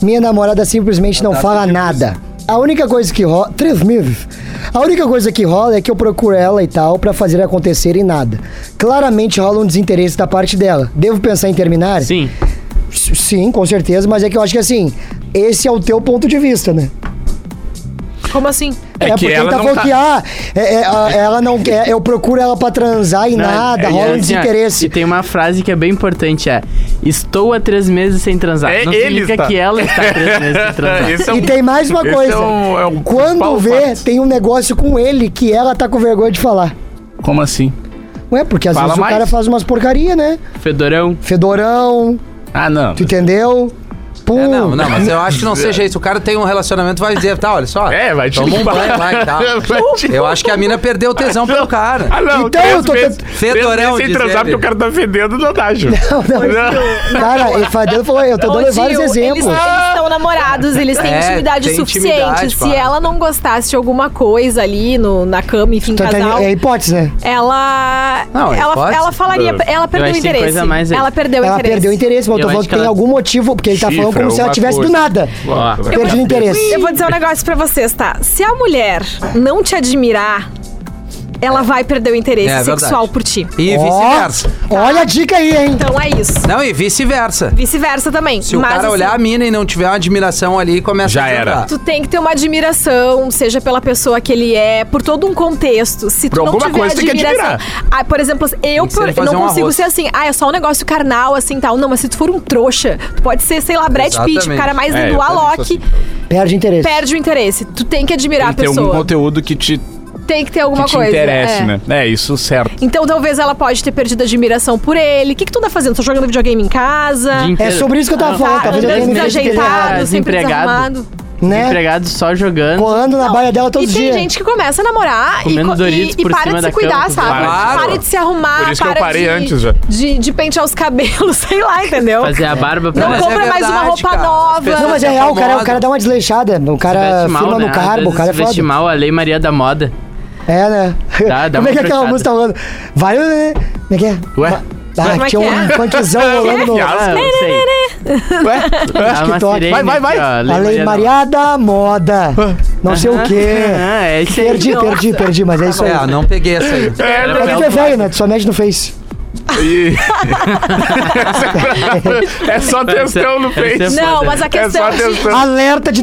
Speaker 6: Minha namorada simplesmente não fala nada. A única coisa que rola. Três meses. A única coisa que rola é que eu procuro ela e tal pra fazer acontecer e nada. Claramente rola um desinteresse da parte dela. Devo pensar em terminar?
Speaker 5: Sim.
Speaker 6: S- Sim, com certeza, mas é que eu acho que assim, esse é o teu ponto de vista, né?
Speaker 3: Como assim?
Speaker 4: É, que
Speaker 6: porque ele
Speaker 4: ela
Speaker 6: tá
Speaker 4: não
Speaker 6: falando
Speaker 4: tá-
Speaker 6: que, ah, é- é, ah, ela não quer, eu procuro ela pra transar e
Speaker 5: Não,
Speaker 6: nada,
Speaker 5: é,
Speaker 6: rola
Speaker 5: assim,
Speaker 6: um
Speaker 5: ó,
Speaker 6: desinteresse.
Speaker 5: E tem uma frase que é bem importante, é... Estou há três meses sem transar.
Speaker 4: É,
Speaker 5: Não
Speaker 4: ele
Speaker 5: significa
Speaker 4: está.
Speaker 5: que ela está há três meses sem transar.
Speaker 4: Esse é um-
Speaker 6: E tem mais uma
Speaker 4: esse
Speaker 6: coisa.
Speaker 4: é um- é um
Speaker 6: Quando
Speaker 4: principal
Speaker 6: vê,
Speaker 4: fato.
Speaker 6: tem um negócio com ele que ela tá com vergonha de falar.
Speaker 4: Como assim?
Speaker 6: Ué, porque às
Speaker 4: Fala
Speaker 6: vezes
Speaker 4: mais.
Speaker 6: o cara faz umas porcaria, né?
Speaker 5: Fedorão.
Speaker 6: Fedorão,
Speaker 4: Ah, não.
Speaker 6: tu entendeu? Pum.
Speaker 2: É, não, não, mas eu acho que não seja isso. O cara tem um relacionamento, vai dizer, tá, olha só.
Speaker 4: É, vai te
Speaker 2: Toma um
Speaker 4: limpar.
Speaker 2: banho lá e tal.
Speaker 4: Vai te-
Speaker 2: Eu acho que a mina perdeu o tesão pelo cara.
Speaker 4: Ah, não,
Speaker 6: Então,
Speaker 4: três
Speaker 6: eu tô
Speaker 4: meses-
Speaker 6: tent-
Speaker 4: três
Speaker 2: Fedorão,
Speaker 4: meses sem
Speaker 2: diz
Speaker 4: transar
Speaker 2: ele.
Speaker 4: porque o cara tá fedendo, não dá, Ju.
Speaker 6: Não, não. Cara, ele Fadelo falou, eu tô
Speaker 3: Ô,
Speaker 6: dando
Speaker 3: tio,
Speaker 6: vários exemplos.
Speaker 3: Eles, eles estão namorados, eles têm
Speaker 2: É,
Speaker 3: intimidade
Speaker 2: tem
Speaker 3: suficiente.
Speaker 2: intimidade,
Speaker 3: Se
Speaker 2: claro.
Speaker 3: ela não gostasse de alguma coisa ali no, na cama, enfim,
Speaker 6: Então, tá-
Speaker 3: casal.
Speaker 6: é hipótese, né?
Speaker 3: Ela.
Speaker 2: Não, é
Speaker 3: ela,
Speaker 2: hipótese.
Speaker 3: ela falaria. Ela
Speaker 5: Eu acho
Speaker 3: perdeu o
Speaker 5: que tem
Speaker 3: interesse.
Speaker 5: coisa a mais aí.
Speaker 3: ela perdeu o
Speaker 6: Ela
Speaker 3: interesse.
Speaker 6: perdeu o interesse, mas eu
Speaker 5: Eu
Speaker 6: tô
Speaker 5: acho
Speaker 6: falando que
Speaker 5: que
Speaker 6: tem
Speaker 5: ela-
Speaker 6: algum motivo, porque ele tá falando
Speaker 4: Chifra,
Speaker 6: como se ela
Speaker 4: alguma
Speaker 6: tivesse do
Speaker 4: coisa.
Speaker 6: nada.
Speaker 4: Ó,
Speaker 5: Eu
Speaker 6: Perdido o interesse.
Speaker 2: assim.
Speaker 3: Eu vou dizer um negócio pra vocês, tá? Se a mulher não te admirar, ela vai perder o interesse
Speaker 2: É, é verdade.
Speaker 3: sexual por ti.
Speaker 2: E
Speaker 6: Ó,
Speaker 2: vice-versa.
Speaker 6: Olha a dica aí, hein?
Speaker 3: Então é isso.
Speaker 2: Não, e vice-versa.
Speaker 3: Vice-versa também.
Speaker 2: Se o
Speaker 3: Mas,
Speaker 2: cara
Speaker 3: assim,
Speaker 2: olhar a mina e não tiver uma admiração ali, começa
Speaker 4: Já
Speaker 2: a
Speaker 4: era.
Speaker 2: jogar.
Speaker 3: Tu tem que ter uma admiração, seja pela pessoa que ele é, por todo um contexto. Se tu
Speaker 4: Por
Speaker 3: não
Speaker 4: alguma
Speaker 3: tiver
Speaker 4: coisa tem que
Speaker 3: admiração. Ah, por exemplo, assim, eu
Speaker 2: Tem que ser
Speaker 3: por-
Speaker 2: fazer
Speaker 3: não
Speaker 2: um
Speaker 3: consigo
Speaker 2: arroz.
Speaker 3: ser assim, ah, é só um negócio carnal, assim tal. Não, mas se tu for um trouxa, tu pode ser, sei lá, Brad Pitt, o
Speaker 2: Exatamente.
Speaker 3: cara mais
Speaker 4: É,
Speaker 3: lindo,
Speaker 4: eu
Speaker 3: o
Speaker 4: também sou
Speaker 3: Alok,
Speaker 6: Perde o interesse.
Speaker 3: perde o interesse. Tu tem que
Speaker 4: Tem
Speaker 3: admirar
Speaker 4: que ter
Speaker 3: a
Speaker 4: algum
Speaker 3: pessoa.
Speaker 4: conteúdo que te,
Speaker 3: Tem que
Speaker 4: que
Speaker 3: ter alguma
Speaker 4: te
Speaker 3: coisa.
Speaker 4: interesse,
Speaker 3: é.
Speaker 4: né? É, isso certo.
Speaker 3: Então talvez ela pode ter perdido a admiração por ele. O que, que tu tá fazendo? Tô jogando videogame em casa?
Speaker 5: Dia
Speaker 6: É
Speaker 5: inteiro.
Speaker 6: sobre isso que eu tava
Speaker 5: Ah,
Speaker 6: falando.
Speaker 3: tá,
Speaker 6: Talvez eu
Speaker 5: dez
Speaker 6: tenha
Speaker 3: andando
Speaker 6: me
Speaker 5: meses
Speaker 6: feito errado,
Speaker 5: que
Speaker 3: desajeitado, sempre
Speaker 5: desempregado.
Speaker 3: desarrumado.
Speaker 6: né?
Speaker 5: Empregado só jogando.
Speaker 6: Colando na baia dela todos
Speaker 3: e
Speaker 6: os
Speaker 3: tem
Speaker 6: dias.
Speaker 3: gente que começa a namorar e,
Speaker 5: Comendo
Speaker 3: co- e-
Speaker 5: Doritos
Speaker 3: e
Speaker 5: por
Speaker 3: para
Speaker 5: cima
Speaker 3: de
Speaker 5: da
Speaker 3: se cuidar,
Speaker 5: cama,
Speaker 3: sabe?
Speaker 2: claro.
Speaker 3: Para de se arrumar,
Speaker 4: Por isso que eu
Speaker 3: para
Speaker 4: parei
Speaker 3: de,
Speaker 4: antes, né? já.
Speaker 3: De, de pentear os cabelos, sei lá, entendeu?
Speaker 5: Fazer a barba pra
Speaker 3: Não
Speaker 2: mas
Speaker 5: ela.
Speaker 2: é
Speaker 3: compra mais uma
Speaker 2: verdade,
Speaker 3: roupa
Speaker 2: cara.
Speaker 3: nova.
Speaker 2: As pessoas
Speaker 6: Não, mas é
Speaker 2: se
Speaker 6: real, o cara, o
Speaker 2: acomodam.
Speaker 6: cara dá uma desleixada. O cara
Speaker 5: Veste mal,
Speaker 6: é, firma
Speaker 5: né?
Speaker 6: no
Speaker 5: Às
Speaker 6: carbo, o
Speaker 5: vezes
Speaker 6: cara é
Speaker 5: veste
Speaker 6: foda.
Speaker 5: mal a lei Maria da moda.
Speaker 6: É, né?
Speaker 5: Dá- dá
Speaker 6: Como
Speaker 5: uma
Speaker 6: é que é aquela
Speaker 5: brochada.
Speaker 6: música tá rolando? Vai, né? Como é que é?
Speaker 4: Ué?
Speaker 6: Ah,
Speaker 3: Como
Speaker 6: tinha
Speaker 3: é que
Speaker 6: um
Speaker 3: é?
Speaker 6: funkzão rolando no
Speaker 5: Ah, eu sei.
Speaker 6: Ué?
Speaker 5: Dá uma
Speaker 6: TikTok.
Speaker 5: sirene
Speaker 6: Vai, vai, vai.
Speaker 5: aqui, ó,
Speaker 6: A Lei Maria da Moda. Não sei o quê.
Speaker 5: Ah, é isso aí.
Speaker 6: Perdi, perdi, perdi, mas é
Speaker 3: tá
Speaker 6: isso aí.
Speaker 2: É, não peguei essa aí.
Speaker 4: É,
Speaker 5: Era
Speaker 6: É que tu é
Speaker 5: Belo
Speaker 6: velho, né? Tu só mede no Face.
Speaker 4: E- é só textão no
Speaker 5: Essa-
Speaker 4: Face.
Speaker 5: essa
Speaker 3: Não,
Speaker 5: foda. né?
Speaker 3: mas a
Speaker 4: É
Speaker 3: questão
Speaker 4: só
Speaker 3: de,
Speaker 4: textão.
Speaker 6: Alerta de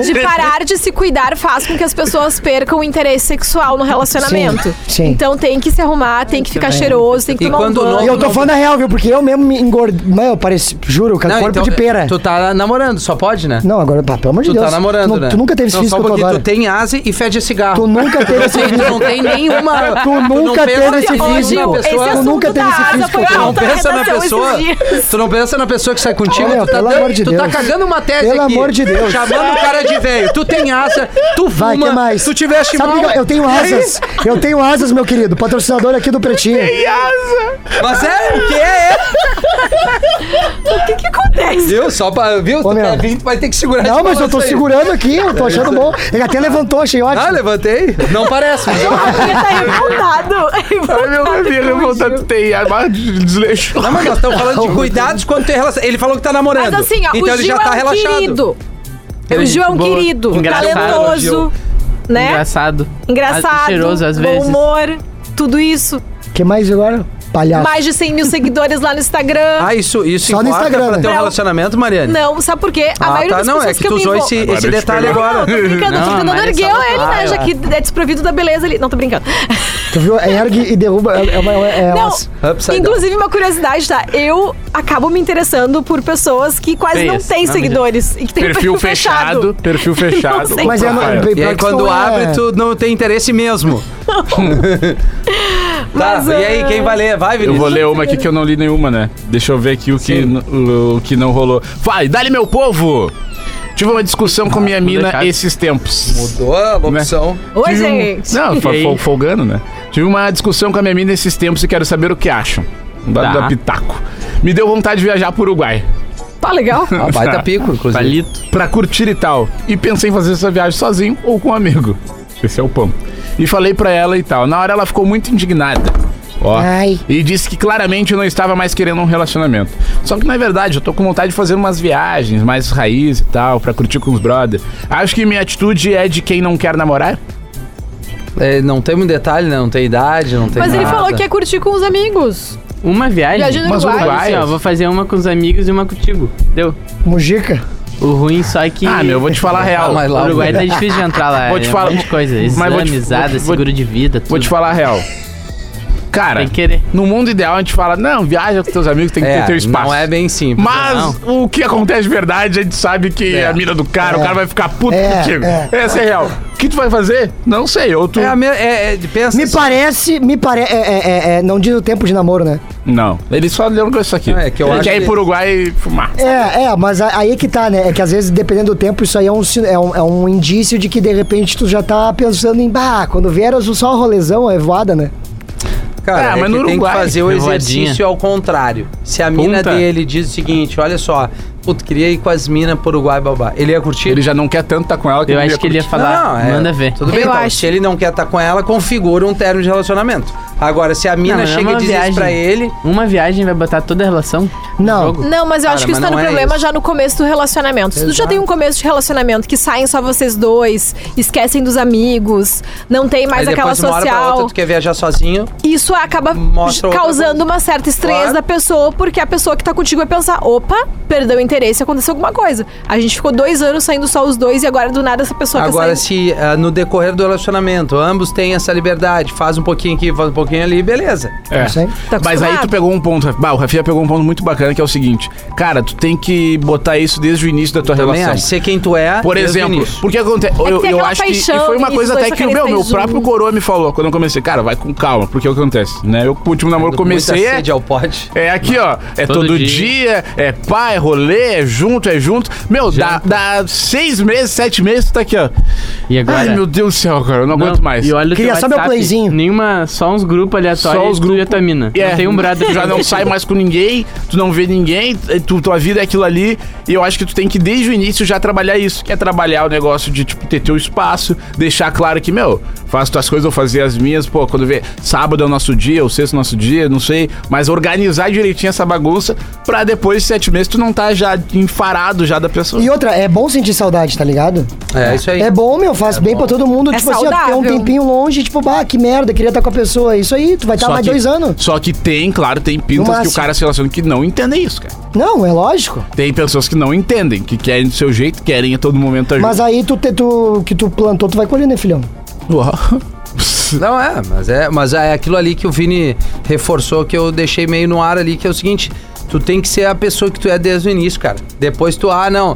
Speaker 3: de parar de se cuidar faz com que as pessoas percam o interesse sexual no relacionamento.
Speaker 6: Sim, sim.
Speaker 3: Então tem que se arrumar, tem que ficar cheiroso, tem que
Speaker 2: E
Speaker 3: tomar
Speaker 2: quando
Speaker 3: um banho.
Speaker 6: E eu tô falando a real, viu? Porque eu mesmo me engordei. Mano, eu pareço, juro, cara, corpo de pera.
Speaker 2: Tu tá namorando, só pode, né?
Speaker 6: Não, agora, pá, pelo amor de
Speaker 2: tu
Speaker 6: Deus.
Speaker 2: tá namorando,
Speaker 6: tu,
Speaker 2: né?
Speaker 6: tu nunca teve esse
Speaker 2: Não, só
Speaker 6: físico que eu tô
Speaker 2: porque
Speaker 6: agora.
Speaker 2: Tu tem ase e fede a cigarro.
Speaker 6: Tu nunca teve esse
Speaker 2: Sim, tu não
Speaker 6: físico.
Speaker 2: tem nenhuma.
Speaker 6: Tu nunca
Speaker 2: pensa
Speaker 6: teve
Speaker 2: na
Speaker 6: esse é
Speaker 2: pessoa-
Speaker 6: físico.
Speaker 2: na
Speaker 3: esse
Speaker 2: pessoa-
Speaker 3: assunto
Speaker 6: nunca teve
Speaker 3: da
Speaker 6: esse
Speaker 3: asa
Speaker 6: físico
Speaker 3: foi
Speaker 6: que eu
Speaker 2: Tu não
Speaker 3: alta
Speaker 2: pensa na
Speaker 3: redação esses
Speaker 2: pessoa.
Speaker 3: dias.
Speaker 2: Tu não pensa na pessoa que sai contigo.
Speaker 6: Olha,
Speaker 2: tu tá
Speaker 6: pelo
Speaker 2: dando-
Speaker 6: amor de
Speaker 2: tu tá
Speaker 6: Deus.
Speaker 2: cagando uma tese
Speaker 6: Pelo
Speaker 2: aqui.
Speaker 6: amor de Deus.
Speaker 2: Chamando o cara de velho. Tu tem asa, tu fuma.
Speaker 6: Vai, que mais?
Speaker 2: Tu tiveste
Speaker 6: Sabe
Speaker 2: mal.
Speaker 6: que eu- eu tenho
Speaker 2: E aí?
Speaker 6: asas. Eu tenho asas, meu querido. Patrocinador aqui do Pretinho.
Speaker 2: Mas é, o que é?
Speaker 3: O que que acontece?
Speaker 2: Viu? Só pra. Viu?
Speaker 6: Ô,
Speaker 2: tu
Speaker 6: meu.
Speaker 2: quer vir, tu vai ter que segurar
Speaker 6: Não,
Speaker 2: esse
Speaker 6: mas eu
Speaker 2: balanço
Speaker 6: tô
Speaker 2: aí.
Speaker 6: segurando aqui, eu tô achando bom. Ele até levantou, achei ótimo.
Speaker 2: Ah, levantei? Não parece, mas eu-
Speaker 3: Ele tá revoltado.
Speaker 2: Tá
Speaker 4: Ai, meu bebê, revoltado tem a desleixo.
Speaker 2: Não, mas nós estamos falando de cuidados quando tem relação. Ele falou que tá namorando.
Speaker 3: Mas assim, ó,
Speaker 2: então
Speaker 3: o
Speaker 2: ele
Speaker 3: Gil
Speaker 2: já tá
Speaker 3: é um
Speaker 2: relaxado.
Speaker 3: querido. O
Speaker 5: Ele é
Speaker 3: Gil é um
Speaker 5: gente boa,
Speaker 3: querido,
Speaker 5: engraçado,
Speaker 3: talentoso, né?
Speaker 5: Engraçado.
Speaker 3: Engraçado,
Speaker 5: Cheiroso às
Speaker 3: bom
Speaker 5: vezes.
Speaker 3: humor, tudo isso.
Speaker 6: que mais agora? Palhaço.
Speaker 3: Mais de 100 mil seguidores lá no Instagram.
Speaker 2: Ah, isso, isso
Speaker 6: Só no
Speaker 2: importa
Speaker 6: Instagram,
Speaker 2: pra ter um
Speaker 6: né?
Speaker 2: relacionamento, Mariane?
Speaker 3: Não, sabe por quê? A
Speaker 2: Ah,
Speaker 3: maioria
Speaker 2: tá.
Speaker 3: das
Speaker 2: Não, é
Speaker 3: pessoas
Speaker 2: que,
Speaker 3: que,
Speaker 2: tu
Speaker 3: eu me
Speaker 2: usou
Speaker 3: envolvo...
Speaker 2: esse,
Speaker 4: Agora
Speaker 2: esse
Speaker 4: eu te
Speaker 2: detalhe
Speaker 4: pego.
Speaker 2: agora.
Speaker 3: Não, tô brincando,
Speaker 5: Não,
Speaker 3: eu tô
Speaker 5: a
Speaker 3: tentando
Speaker 5: Mari
Speaker 3: erguer
Speaker 5: só-
Speaker 3: ele,
Speaker 2: Ah,
Speaker 3: né? Já
Speaker 2: é.
Speaker 3: que é desprovido da beleza ali. Não, tô brincando.
Speaker 2: Tá
Speaker 6: Tu viu? Ergue e derruba. É, é, uma- é,
Speaker 3: Não,
Speaker 6: umas-
Speaker 2: Upside down.
Speaker 3: inclusive uma curiosidade, tá? Eu acabo me interessando por pessoas que quase não
Speaker 5: Feias.
Speaker 3: têm
Speaker 5: Não,
Speaker 3: seguidores e que têm
Speaker 4: Perfil fechado. Perfil fechado.
Speaker 3: sei.
Speaker 6: Mas é,
Speaker 4: Opa,
Speaker 6: não,
Speaker 2: E aí, quando abre, tu não tem interesse mesmo. tá,
Speaker 3: Mas,
Speaker 2: e aí,
Speaker 3: é-
Speaker 2: quem vai ler? Vai,
Speaker 4: Eu
Speaker 2: Vinícius.
Speaker 4: vou ler uma aqui que eu não li nenhuma, né? Deixa eu ver aqui o que,
Speaker 2: Sim.
Speaker 4: n- o, o que não rolou. Vai, dá-lhe meu povo! Tive uma discussão com minha mina
Speaker 5: deixar.
Speaker 4: esses tempos.
Speaker 2: Mudou a opção.
Speaker 3: Oi,
Speaker 4: Tive um-
Speaker 3: gente.
Speaker 4: Não, fo-
Speaker 5: aí?
Speaker 4: fo- folgando, né? Tive uma discussão com a minha mina esses tempos e quero saber o que acham. Da,
Speaker 5: Tá.
Speaker 4: da Pitaco. Me deu vontade de viajar pro Uruguai.
Speaker 3: Tá legal.
Speaker 2: Ah, baita pico, inclusive.
Speaker 5: Palito.
Speaker 4: Pra curtir e tal. E pensei em fazer essa viagem sozinho ou com um amigo. Esse é o pão. E falei pra ela e tal. Na hora ela ficou muito indignada. Ó.
Speaker 6: Ai.
Speaker 4: E disse que claramente eu não estava mais querendo um relacionamento. Só que na verdade eu tô com vontade de fazer umas viagens mais raiz e tal, pra curtir com os brother. Acho que minha atitude é de quem não quer namorar.
Speaker 2: É, não tem muito detalhe, né? Não tem idade, não tem
Speaker 3: Mas ele
Speaker 2: nada.
Speaker 3: falou que é curtir com os amigos.
Speaker 5: Uma viagem.
Speaker 3: Viagem no
Speaker 4: Mas
Speaker 3: Uruguai.
Speaker 4: Uruguai-
Speaker 5: Assim, ó, vou fazer uma com os amigos e uma contigo. Deu.
Speaker 6: Mujica.
Speaker 5: O ruim só é que.
Speaker 4: Ah, meu, eu vou te falar a real.
Speaker 2: mas
Speaker 5: O
Speaker 2: lá-
Speaker 5: Uruguai tá difícil de entrar lá.
Speaker 4: Vou te
Speaker 5: é
Speaker 4: falar-
Speaker 5: Um monte de coisa.
Speaker 4: mas vou te-
Speaker 5: Exame,
Speaker 4: vou
Speaker 5: mesada,
Speaker 4: te- vou-
Speaker 5: seguro de vida, tudo.
Speaker 4: Vou te falar a real. Cara,
Speaker 5: Tem que querer.
Speaker 4: no mundo ideal a gente fala, não, viaja com teus amigos, tem que ter teu
Speaker 2: É,
Speaker 4: espaço.
Speaker 2: não é bem simples.
Speaker 4: Mas o que acontece de verdade, a gente sabe que
Speaker 2: É.
Speaker 4: a mina do cara, o
Speaker 6: É.
Speaker 4: cara vai ficar puto
Speaker 6: É,
Speaker 4: contigo.
Speaker 6: é.
Speaker 4: Essa é real. O que tu vai fazer? Não sei, ou tu...
Speaker 2: É, a me- é, é, pensa
Speaker 6: Me parece, me parece. É, é, é, é, não diz o tempo de namoro, né?
Speaker 4: Não. Ele só lembrou isso aqui.
Speaker 2: É, que eu
Speaker 4: ele
Speaker 2: acho
Speaker 4: quer
Speaker 2: que-
Speaker 4: ir pro Uruguai e fumar.
Speaker 6: É, é, mas a- aí que tá, né? É que às vezes, dependendo do tempo, isso aí é um, sin- é um, é um indício de que de repente tu já tá pensando em, bah, quando vier era só a rolezão, é voada, né?
Speaker 2: Cara,
Speaker 4: Ah,
Speaker 2: é
Speaker 4: mas
Speaker 2: que
Speaker 4: no
Speaker 2: tem que
Speaker 4: Uruguai,
Speaker 2: fazer o
Speaker 5: revoadinha.
Speaker 2: exercício ao contrário. Se a mina
Speaker 4: Puta.
Speaker 2: dele diz o seguinte, olha só, puto, queria ir com as minas pro Uruguai, babá. Ele ia curtir?
Speaker 4: Ele já não quer tanto estar com ela que
Speaker 5: Eu
Speaker 4: ele
Speaker 5: acho que ele ia
Speaker 4: curtir.
Speaker 5: falar,
Speaker 2: é-
Speaker 5: manda ver.
Speaker 2: Tudo bem,
Speaker 3: Eu
Speaker 2: então,
Speaker 3: acho.
Speaker 2: se ele não quer estar com ela, configura um término de relacionamento. Agora, se a mina
Speaker 5: Não, mas é
Speaker 2: chega e
Speaker 5: uma
Speaker 2: diz isso
Speaker 5: viagem.
Speaker 2: pra ele,
Speaker 5: Uma viagem vai botar toda a relação? no
Speaker 6: Não.
Speaker 5: jogo?
Speaker 3: Não, mas eu
Speaker 2: Cara,
Speaker 3: acho que
Speaker 2: mas
Speaker 3: isso tá no
Speaker 2: não é
Speaker 3: problema
Speaker 2: isso.
Speaker 3: já no começo do relacionamento. Se tu já
Speaker 2: Exato.
Speaker 3: tem um começo de relacionamento que saem só vocês dois, esquecem dos amigos, não tem mais
Speaker 2: aí
Speaker 3: aquela
Speaker 2: depois de uma hora pra
Speaker 3: social.
Speaker 2: outra tu quer viajar sozinho,
Speaker 3: Isso acaba
Speaker 2: Mostra outra
Speaker 3: causando uma certa estranheza
Speaker 2: Claro.
Speaker 3: da pessoa, porque a pessoa que tá contigo vai pensar: opa, perdeu o interesse, aconteceu alguma coisa. A gente ficou dois anos saindo só os dois e agora do nada essa pessoa
Speaker 2: Agora,
Speaker 3: tá saindo.
Speaker 2: se ah, no decorrer do relacionamento, ambos têm essa liberdade, faz um pouquinho aqui, faz um pouquinho ali, beleza.
Speaker 4: É.
Speaker 6: Isso aí.
Speaker 3: Tá
Speaker 4: Mas aí tu
Speaker 3: acostumado.
Speaker 4: pegou um ponto, Rafa. bah, o Rafinha pegou um ponto muito bacana que é o seguinte: Cara, tu tem que botar isso desde o início da tua
Speaker 2: Também
Speaker 4: relação.
Speaker 2: acho, ser quem tu é.
Speaker 4: Por
Speaker 2: desde o
Speaker 4: exemplo,
Speaker 2: início.
Speaker 4: porque acontece.
Speaker 3: tem
Speaker 4: eu eu
Speaker 3: aquela
Speaker 4: acho que. E
Speaker 3: paixão
Speaker 4: foi uma
Speaker 3: e
Speaker 4: coisa
Speaker 3: os dois
Speaker 4: até
Speaker 3: só
Speaker 4: que o meu,
Speaker 3: querem
Speaker 4: meu
Speaker 3: sair
Speaker 4: próprio
Speaker 3: junto.
Speaker 4: coroa me falou quando eu comecei. Cara, vai com calma, porque é o que acontece, né? Eu, com o último namoro, comecei.
Speaker 2: Muita
Speaker 4: é-
Speaker 2: sede ao pote.
Speaker 4: É aqui, ó. É todo,
Speaker 5: Todo
Speaker 4: dia.
Speaker 5: dia.
Speaker 4: é pá, é rolê, é junto, é junto. Meu, dá, dá seis meses, sete meses, tu tá aqui, ó.
Speaker 5: E agora?
Speaker 4: Ai, meu Deus do céu, cara, eu não,
Speaker 5: Não,
Speaker 4: aguento mais.
Speaker 5: E olha o
Speaker 6: Queria
Speaker 5: teu
Speaker 6: só meu
Speaker 5: WhatsApp,
Speaker 6: playzinho.
Speaker 5: Nenhuma, só uns grupos aleatórios.
Speaker 4: Só os
Speaker 5: e tu
Speaker 4: grupos.
Speaker 5: e a tua mina.
Speaker 4: É,
Speaker 5: Não tem um brado
Speaker 4: Tu já não sai mais com ninguém, tu não vê ninguém, tu, tua vida é aquilo ali. E eu acho que tu tem que, desde o início, já trabalhar isso. Que é trabalhar o negócio de, tipo, ter teu espaço, deixar claro que, meu, faço tuas coisas, vou fazer as minhas, pô, quando vê, sábado é o nosso dia, ou sexto é o nosso dia, não sei. Mas organizar direitinho essa bagunça pra depois de sete meses tu não tá já enfarado já da pessoa.
Speaker 6: E outra, é bom sentir saudade, tá ligado?
Speaker 2: É, isso aí.
Speaker 6: É bom, meu, faz bem pra todo mundo.
Speaker 3: É
Speaker 6: tipo assim, ó, tu tem um
Speaker 3: saudável.
Speaker 6: tempinho longe, tipo, bah, que merda, queria estar com a pessoa. é Isso aí, tu vai estar
Speaker 4: Só
Speaker 6: tá mais
Speaker 4: que-
Speaker 6: dois anos.
Speaker 4: Só que tem, claro, tem
Speaker 6: No
Speaker 4: pintas que o
Speaker 6: máximo.
Speaker 4: cara se relaciona que não entendem isso, cara.
Speaker 6: Não, é lógico.
Speaker 4: Tem pessoas que não entendem, que querem do seu jeito, querem a todo momento ajudar.
Speaker 6: Mas aí tu, te- tu- o que tu plantou, tu vai colher, né, filhão?
Speaker 2: Não é mas, é, mas é aquilo ali que o Vini reforçou, que eu deixei meio no ar ali, que é o seguinte, tu tem que ser a pessoa que tu é desde o início, cara. Depois tu, ah, não.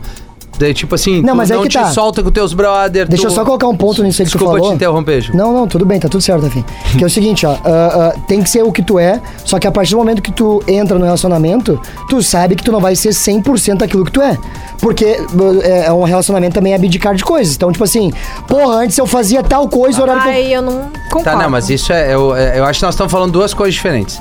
Speaker 2: Daí, tipo assim,
Speaker 6: Não,
Speaker 2: tu
Speaker 6: mas é
Speaker 2: não
Speaker 6: que
Speaker 2: te
Speaker 6: tá.
Speaker 2: solta com teus brother.
Speaker 6: Deixa
Speaker 2: tu-
Speaker 6: eu só colocar um ponto nisso aí que tu
Speaker 2: Desculpa
Speaker 6: falou.
Speaker 2: te interromper, Ju.
Speaker 6: Não, não, tudo bem, tá tudo certo, enfim. Que é o seguinte, ó, ah, ah, tem que ser o que tu é, só que a partir do momento que tu entra no relacionamento, tu sabe que tu não vai ser 100% aquilo que tu é. Porque ah, é é um relacionamento também é abdicar de coisas. Então, tipo assim, porra, antes eu fazia tal coisa, o horário que eu...
Speaker 3: Ai, eu não concordo.
Speaker 2: Tá, não, mas isso é. Eu, é- eu acho que nós estamos falando duas coisas diferentes.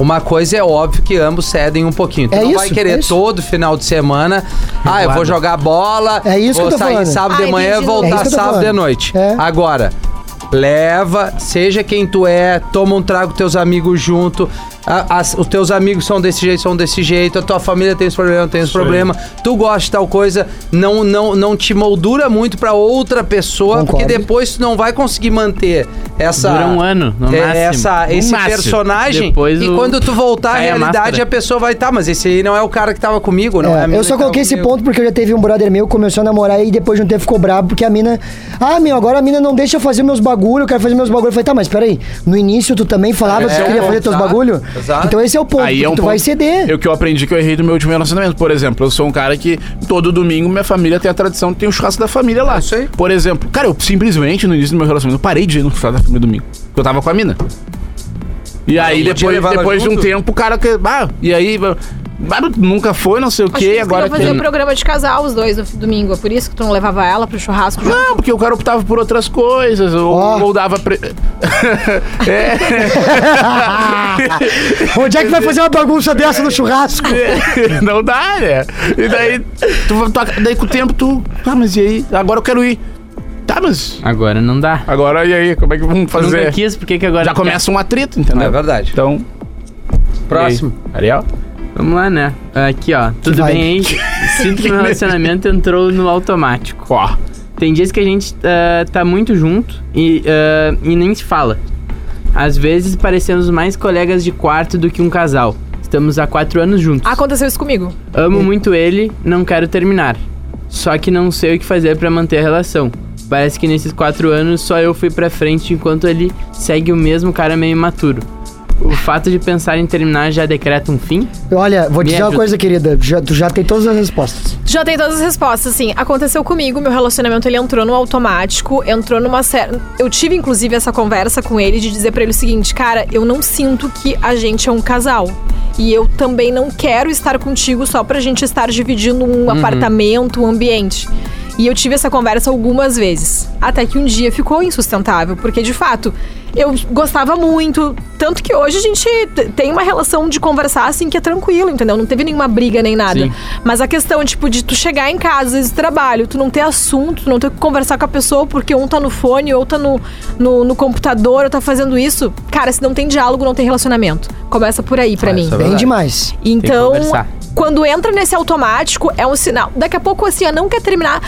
Speaker 2: Uma coisa é óbvio que ambos cedem um pouquinho. Tu
Speaker 6: É
Speaker 2: não vai
Speaker 6: isso,
Speaker 2: querer
Speaker 6: é isso.
Speaker 2: todo final de semana. Ah, eu vou jogar bola.
Speaker 6: É isso que
Speaker 2: vou
Speaker 6: eu tô
Speaker 2: sair
Speaker 6: falando.
Speaker 2: sábado de
Speaker 3: Ah,
Speaker 2: manhã e
Speaker 3: entendi.
Speaker 6: É
Speaker 2: voltar
Speaker 6: isso que eu tô
Speaker 2: sábado de
Speaker 6: falando.
Speaker 2: noite.
Speaker 6: É.
Speaker 2: Agora, leva, seja quem tu é, toma um trago com teus amigos junto. A- as- os teus amigos são desse jeito, são desse jeito. A tua família tem esse problema, tem esse problema. Tu gosta de tal coisa, não, não, não te moldura muito pra outra pessoa, porque
Speaker 6: Concordo.
Speaker 2: depois tu não vai conseguir manter essa
Speaker 5: Dura um ano, no
Speaker 2: é,
Speaker 5: máximo.
Speaker 2: Essa,
Speaker 5: No
Speaker 2: esse
Speaker 5: máximo.
Speaker 2: personagem.
Speaker 5: Depois
Speaker 2: e
Speaker 5: o-
Speaker 2: quando tu voltar à
Speaker 5: cai a
Speaker 2: realidade,
Speaker 5: máscara.
Speaker 2: a, pessoa vai estar, tá, mas esse aí não é o cara que tava comigo, não é,
Speaker 6: É,
Speaker 2: a mina
Speaker 6: eu só
Speaker 2: que tava
Speaker 6: coloquei esse
Speaker 2: comigo.
Speaker 6: ponto porque eu já teve um brother meu que começou a namorar e depois de um tempo ficou brabo porque a mina. Ah, meu, agora a mina não deixa eu fazer meus bagulho, eu quero fazer meus bagulho. Eu falei, tá, mas peraí, no início tu também falava que
Speaker 2: É,
Speaker 6: tu queria
Speaker 2: é um
Speaker 6: fazer teus
Speaker 2: ponto,
Speaker 6: bagulho?
Speaker 2: exato.
Speaker 6: Então esse é o ponto,
Speaker 4: Aí
Speaker 6: porque
Speaker 4: é um
Speaker 6: tu
Speaker 4: ponto-
Speaker 6: vai ceder.
Speaker 4: Eu que eu aprendi que eu errei do meu último relacionamento. Por exemplo, eu sou um cara que todo domingo minha família tem a tradição de ter um churrasco da família
Speaker 6: É
Speaker 4: lá.
Speaker 2: Eu sei.
Speaker 4: Por exemplo, cara, eu simplesmente no início do meu relacionamento eu parei de ir no churrasco da família domingo. Porque eu tava com a mina. E aí
Speaker 2: podia
Speaker 4: depois,
Speaker 2: levar ela
Speaker 4: depois de um
Speaker 2: junto?
Speaker 4: tempo o cara que. Ah, e aí. ah, nunca foi, não sei o
Speaker 3: Acho que
Speaker 4: quê,
Speaker 3: eles
Speaker 4: agora
Speaker 3: queriam fazer
Speaker 4: que.
Speaker 3: um programa de casal os dois no domingo. É por isso que tu não levava ela pro churrasco. junto?
Speaker 4: Não, porque o cara optava por outras coisas, ou,
Speaker 6: Ó.
Speaker 4: ou dava. Pre...
Speaker 6: Onde é que vai fazer uma bagunça dessa no churrasco?
Speaker 4: É, não dá, né? E daí, tu, tu- daí com o tempo tu. Ah, mas e aí? Agora eu quero ir. Tá, mas.
Speaker 5: Agora não dá.
Speaker 4: Agora e aí? Como é que vamos
Speaker 5: Nunca
Speaker 4: fazer?
Speaker 5: quis, por que que agora...
Speaker 4: Já começa um atrito, entendeu?
Speaker 2: É verdade.
Speaker 4: Então.
Speaker 2: Próximo.
Speaker 4: e aí? Ariel?
Speaker 5: Vamos lá, né? Aqui, ó. Tudo
Speaker 6: vibe.
Speaker 5: bem aí? Sinto que meu relacionamento entrou no automático.
Speaker 4: Ó.
Speaker 5: Tem dias que a gente ah, tá muito junto e, ah, e nem se fala. Às vezes parecemos mais colegas de quarto do que um casal. Estamos há quatro anos juntos.
Speaker 3: Aconteceu isso comigo.
Speaker 5: Amo muito ele, não quero terminar. Só que não sei o que fazer pra manter a relação. Parece que nesses quatro anos só eu fui pra frente enquanto ele segue o mesmo cara meio imaturo. o fato de pensar em terminar já decreta um fim?
Speaker 6: Olha, vou te
Speaker 5: Me
Speaker 6: dizer uma
Speaker 5: ajuda.
Speaker 6: coisa, querida. Já- tu já tem todas as
Speaker 2: É
Speaker 6: respostas.
Speaker 3: Já tem todas as respostas, assim. Aconteceu comigo, meu relacionamento ele entrou no automático, entrou numa certa. Eu tive, inclusive, essa conversa com ele de dizer pra ele o seguinte: cara, eu não sinto que a gente é um casal. E eu também não quero estar contigo só pra gente estar dividindo um apartamento, um ambiente. E eu tive essa conversa algumas vezes. Até que um dia ficou insustentável, porque de fato eu gostava muito. Tanto que hoje a gente t- tem uma relação de conversar assim que é tranquilo, entendeu? Não teve nenhuma briga nem nada.
Speaker 5: Sim.
Speaker 3: Mas a questão, tipo, de tu chegar em casa, às vezes, do trabalho, tu não ter assunto, tu não ter que conversar com a pessoa porque um tá no fone, ou tá no, no, no computador, ou tá fazendo isso. Cara, se não tem diálogo, não tem relacionamento. Começa por aí pra mim.
Speaker 2: isso é
Speaker 6: Bem
Speaker 2: verdade.
Speaker 6: demais.
Speaker 3: Então,
Speaker 5: conversar.
Speaker 3: quando entra nesse automático, é um sinal. Daqui a pouco, assim, eu não quer terminar.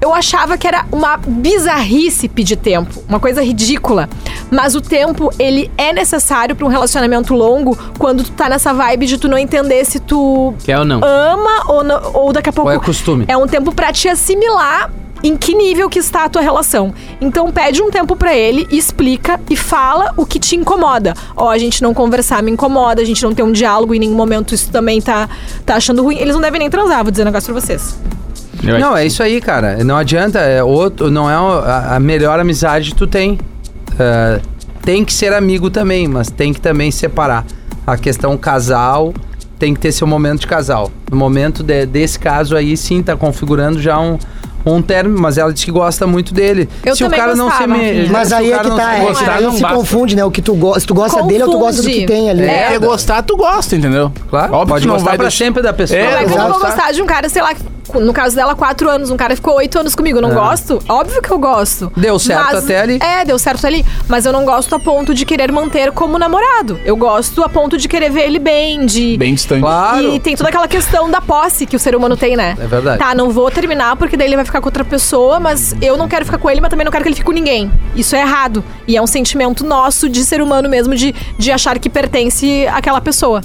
Speaker 3: Eu achava que era uma bizarrice pedir tempo, uma coisa ridícula. Mas o tempo, ele é necessário pra um relacionamento longo quando tu tá nessa vibe de tu não entender se tu
Speaker 5: Quer ou não?
Speaker 3: ama ou, não- ou daqui a pouco.
Speaker 2: Ou é costume?
Speaker 3: É um tempo pra te assimilar em que nível que está a tua relação. Então pede um tempo pra ele, explica e fala o que te incomoda. Ó, a gente não conversar me incomoda, a gente não tem um diálogo em nenhum momento, isso também tá, tá achando ruim. Eles não devem nem transar, vou dizer um negócio pra vocês.
Speaker 4: Eu
Speaker 2: Não, é isso aí, cara. Não adianta. É outro, não é o- a, a melhor amizade que tu tem. É, tem que ser amigo também, mas tem que também separar. A questão casal tem que ter seu momento de casal. No momento de- desse caso aí, sim, tá configurando já um, um término, mas ela disse que gosta muito dele.
Speaker 3: Eu
Speaker 2: se o
Speaker 3: também
Speaker 2: cara não se
Speaker 3: gostava,
Speaker 2: me-
Speaker 3: Rafinha.
Speaker 2: se
Speaker 6: Mas
Speaker 2: o
Speaker 6: aí é
Speaker 2: cara
Speaker 6: que
Speaker 2: não
Speaker 6: tá,
Speaker 2: se
Speaker 6: é,
Speaker 2: gostar,
Speaker 6: aí
Speaker 4: não
Speaker 6: se
Speaker 4: basta.
Speaker 6: confunde, né? O que tu gosta, se tu gosta dele ou tu gosta do que
Speaker 3: Confunde.
Speaker 6: tem ali.
Speaker 4: É,
Speaker 2: É.
Speaker 4: gostar, tu gosta, entendeu?
Speaker 2: Claro,
Speaker 4: Óbvio
Speaker 2: pode
Speaker 4: que não
Speaker 2: gostar
Speaker 4: vai
Speaker 2: pra
Speaker 4: deixar-
Speaker 2: sempre da pessoa.
Speaker 4: É,
Speaker 3: Como é que eu não vou
Speaker 6: exato.
Speaker 3: gostar de um cara, sei lá, no caso dela, quatro anos, um cara ficou oito anos comigo, eu não gosto? Óbvio que eu gosto.
Speaker 2: É. Deu certo até ali.
Speaker 3: É, deu certo ali. Mas eu não gosto a ponto de querer manter como namorado. Eu gosto a ponto de querer ver ele bem, de.
Speaker 4: Bem distante.
Speaker 2: Claro.
Speaker 3: E tem toda aquela questão da posse que o ser humano tem, né?
Speaker 2: É verdade.
Speaker 3: Tá, não vou terminar porque daí ele vai ficar com outra pessoa, mas eu não quero ficar com ele, mas também não quero que ele fique com ninguém. Isso é errado. E é um sentimento nosso de ser humano mesmo, de, de achar que pertence àquela pessoa.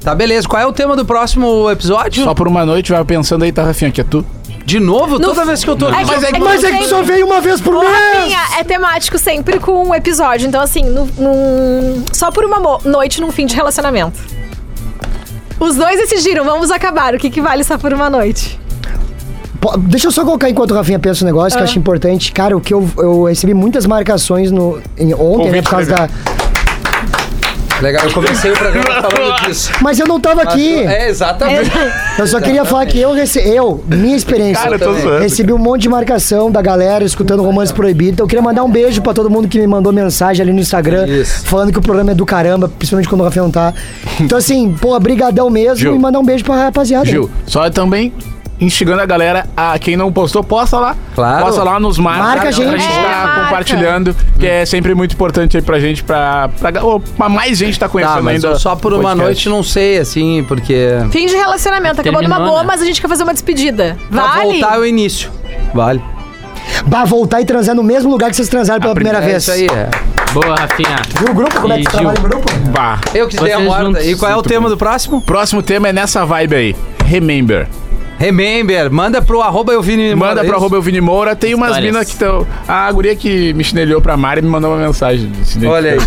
Speaker 2: Tá, beleza. Qual é o tema do próximo episódio?
Speaker 4: Só por uma noite, vai pensando aí, tá, Rafinha, que é tu.
Speaker 2: De novo?
Speaker 3: No-
Speaker 2: Toda vez que eu tô...
Speaker 3: É que-
Speaker 4: Mas é que-
Speaker 6: Mas é que tu só veio uma vez por
Speaker 3: Ô,
Speaker 6: mês!
Speaker 3: Rafinha, é temático sempre com um episódio. Então, assim, num- num- só por uma mo- noite num fim de relacionamento. Os dois decidiram, vamos acabar. O que, que vale só por uma noite?
Speaker 6: Pô, Deixa eu só colocar enquanto o Rafinha pensa um negócio que eu acho importante. Cara, o que eu, eu recebi muitas marcações no, em- ontem, né, por causa da.
Speaker 2: Legal, eu comecei o programa falando disso.
Speaker 6: Mas eu não tava aqui.
Speaker 2: É, exatamente.
Speaker 6: Eu só queria falar que eu, rece... eu minha experiência,
Speaker 4: Cara, eu tô zoando.
Speaker 6: recebi um monte de marcação da galera escutando Romance Proibido. Então eu queria mandar um beijo pra todo mundo que me mandou mensagem ali no Instagram,
Speaker 2: Isso.
Speaker 6: falando que o programa é do caramba, principalmente quando o Rafael não tá. Então assim, pô, brigadão mesmo
Speaker 4: Gil.
Speaker 6: e mandar um beijo pra rapaziada.
Speaker 4: Gil, só também instigando a galera, a quem não postou, posta lá.
Speaker 2: Claro.
Speaker 4: Posta lá, nos marca.
Speaker 6: Marca a gente.
Speaker 4: Pra gente
Speaker 3: É,
Speaker 4: tá
Speaker 3: marca.
Speaker 4: compartilhando, que é sempre muito importante aí pra gente, pra, pra, ga- ou pra mais gente tá conhecendo
Speaker 2: Tá, mas
Speaker 4: ainda.
Speaker 2: só por
Speaker 4: o
Speaker 2: uma noite
Speaker 4: podcast.
Speaker 2: não sei, assim, porque.
Speaker 3: Fim de relacionamento. Acabou
Speaker 5: Terminou,
Speaker 3: numa boa,
Speaker 5: né?
Speaker 3: mas a gente quer fazer uma despedida.
Speaker 2: Pra
Speaker 3: Vale?
Speaker 2: voltar é o início. Vale.
Speaker 6: Bah, voltar e transar no mesmo lugar que vocês transaram pela primeira,
Speaker 2: É
Speaker 4: primeira-
Speaker 6: vez.
Speaker 2: isso aí. é.
Speaker 5: Boa, Rafinha.
Speaker 6: E o grupo, como é que
Speaker 5: E
Speaker 6: você trabalha
Speaker 5: Gil.
Speaker 6: no grupo?
Speaker 4: Bah.
Speaker 2: Eu que dei a
Speaker 5: Vocês
Speaker 2: morta.
Speaker 5: juntos,
Speaker 2: E qual é o
Speaker 4: muito
Speaker 2: tema
Speaker 4: bom.
Speaker 2: do próximo?
Speaker 4: Próximo tema é nessa vibe aí. Remember.
Speaker 2: Remember, manda pro arroba Elvini Moura,
Speaker 4: Manda
Speaker 2: é isso?
Speaker 4: pro arroba Elvini Moura. Tem umas
Speaker 5: Histórias.
Speaker 4: minas que estão. A guria que me chinelhou pra Mari me mandou uma mensagem. se
Speaker 2: Olha aí.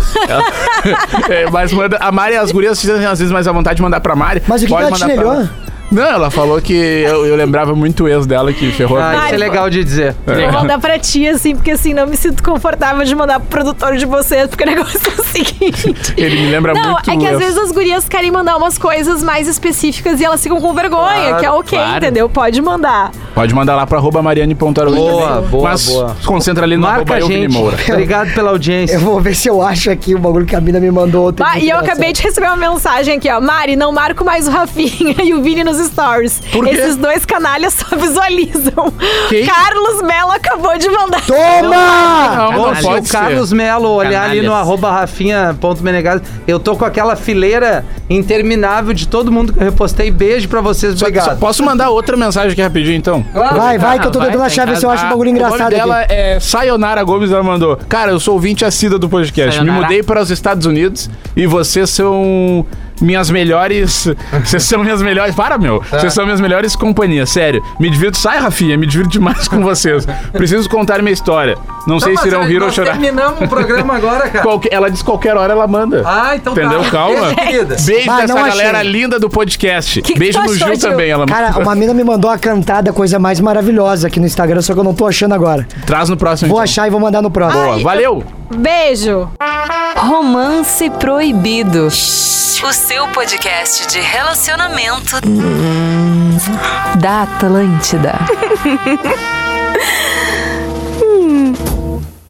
Speaker 4: É, mas manda. A Mari, as gurias se sentem às vezes mais à vontade de mandar pra Mari.
Speaker 6: Mas o que que
Speaker 4: Pode
Speaker 6: ela te
Speaker 4: mandar pra
Speaker 6: melhor?
Speaker 4: Não, ela falou que eu, eu lembrava muito o ex dela que ferrou. a
Speaker 2: Ah,
Speaker 4: vida.
Speaker 2: isso é legal de dizer.
Speaker 3: Vou mandar pra ti, assim, porque assim, não me sinto confortável de mandar pro produtor de vocês, porque o negócio é o seguinte.
Speaker 4: Ele me lembra
Speaker 3: Não,
Speaker 4: muito
Speaker 3: é que
Speaker 4: o
Speaker 3: às
Speaker 4: ex.
Speaker 3: vezes as gurias querem mandar umas coisas mais específicas e elas ficam com vergonha,
Speaker 2: Claro,
Speaker 3: que é ok,
Speaker 5: claro.
Speaker 3: entendeu? Pode mandar.
Speaker 4: Pode mandar lá pra arroba mariane.arolim.
Speaker 2: Boa,
Speaker 4: também.
Speaker 2: boa,
Speaker 4: Mas
Speaker 2: boa.
Speaker 4: se concentra ali no
Speaker 2: Marca
Speaker 4: arroba
Speaker 2: a
Speaker 4: Elvini
Speaker 2: gente.
Speaker 4: Moura.
Speaker 2: Obrigado pela audiência.
Speaker 6: Eu vou ver se eu acho aqui o bagulho que a mina me mandou tá ontem.
Speaker 3: Ah, e eu acabei de receber uma mensagem aqui, ó. Mari, não marco mais o Rafinha e o Vini nos stories.
Speaker 4: Por quê?
Speaker 3: Esses dois canalhas só visualizam.
Speaker 4: Quem?
Speaker 3: Carlos Mello acabou de mandar.
Speaker 6: Toma!
Speaker 4: Ah, Não, não
Speaker 2: Ou se o
Speaker 4: pode ser.
Speaker 2: Carlos Melo olhar ali no
Speaker 5: Canalhas.
Speaker 2: arroba rafinha.menegas, eu tô com aquela fileira interminável de todo mundo que eu repostei. Beijo pra vocês,
Speaker 4: Só- só-
Speaker 2: obrigado.
Speaker 4: Posso mandar outra mensagem aqui rapidinho, então? Ah,
Speaker 6: Vai, vai, que eu tô
Speaker 5: Vai,
Speaker 6: tentando
Speaker 5: tá
Speaker 6: achar
Speaker 5: em
Speaker 6: ver se eu
Speaker 5: casa.
Speaker 6: acho um bagulho
Speaker 4: o
Speaker 6: engraçado
Speaker 4: nome dela
Speaker 6: aqui.
Speaker 4: é Sayonara Gomes, ela mandou. Cara, eu sou ouvinte assídua do podcast.
Speaker 5: Sayonara.
Speaker 4: Me mudei para os Estados Unidos e vocês são minhas melhores. Vocês são minhas melhores. Para, meu. Vocês são minhas melhores companhias, sério. Me divirto. Sai, Rafinha, me divirto demais com vocês. Preciso contar minha história.
Speaker 2: Então,
Speaker 4: Não, sei se
Speaker 2: é,
Speaker 4: irão rir ou chorar.
Speaker 2: terminamos o programa agora, cara.
Speaker 4: Qualque- Ela diz qualquer hora ela manda.
Speaker 2: Ah, então tá.
Speaker 4: Entendeu?
Speaker 2: Beijo,
Speaker 4: Calma.
Speaker 2: querida.
Speaker 4: Beijo
Speaker 6: Bah,
Speaker 4: dessa
Speaker 6: não achei.
Speaker 4: galera linda do podcast.
Speaker 3: Que que
Speaker 4: Beijo
Speaker 3: tu
Speaker 4: no
Speaker 3: achou,
Speaker 4: Gil
Speaker 3: Gil?
Speaker 4: também. Ela
Speaker 6: Cara, uma mina me mandou a cantada, coisa mais maravilhosa aqui no Instagram, só que eu não tô achando agora.
Speaker 4: traz no próximo.
Speaker 6: Vou
Speaker 4: então.
Speaker 6: achar e vou mandar no próximo.
Speaker 4: Boa.
Speaker 6: então,
Speaker 4: Valeu.
Speaker 3: Beijo!
Speaker 4: É.
Speaker 1: Romance Proibido. O seu podcast de relacionamento da Atlântida.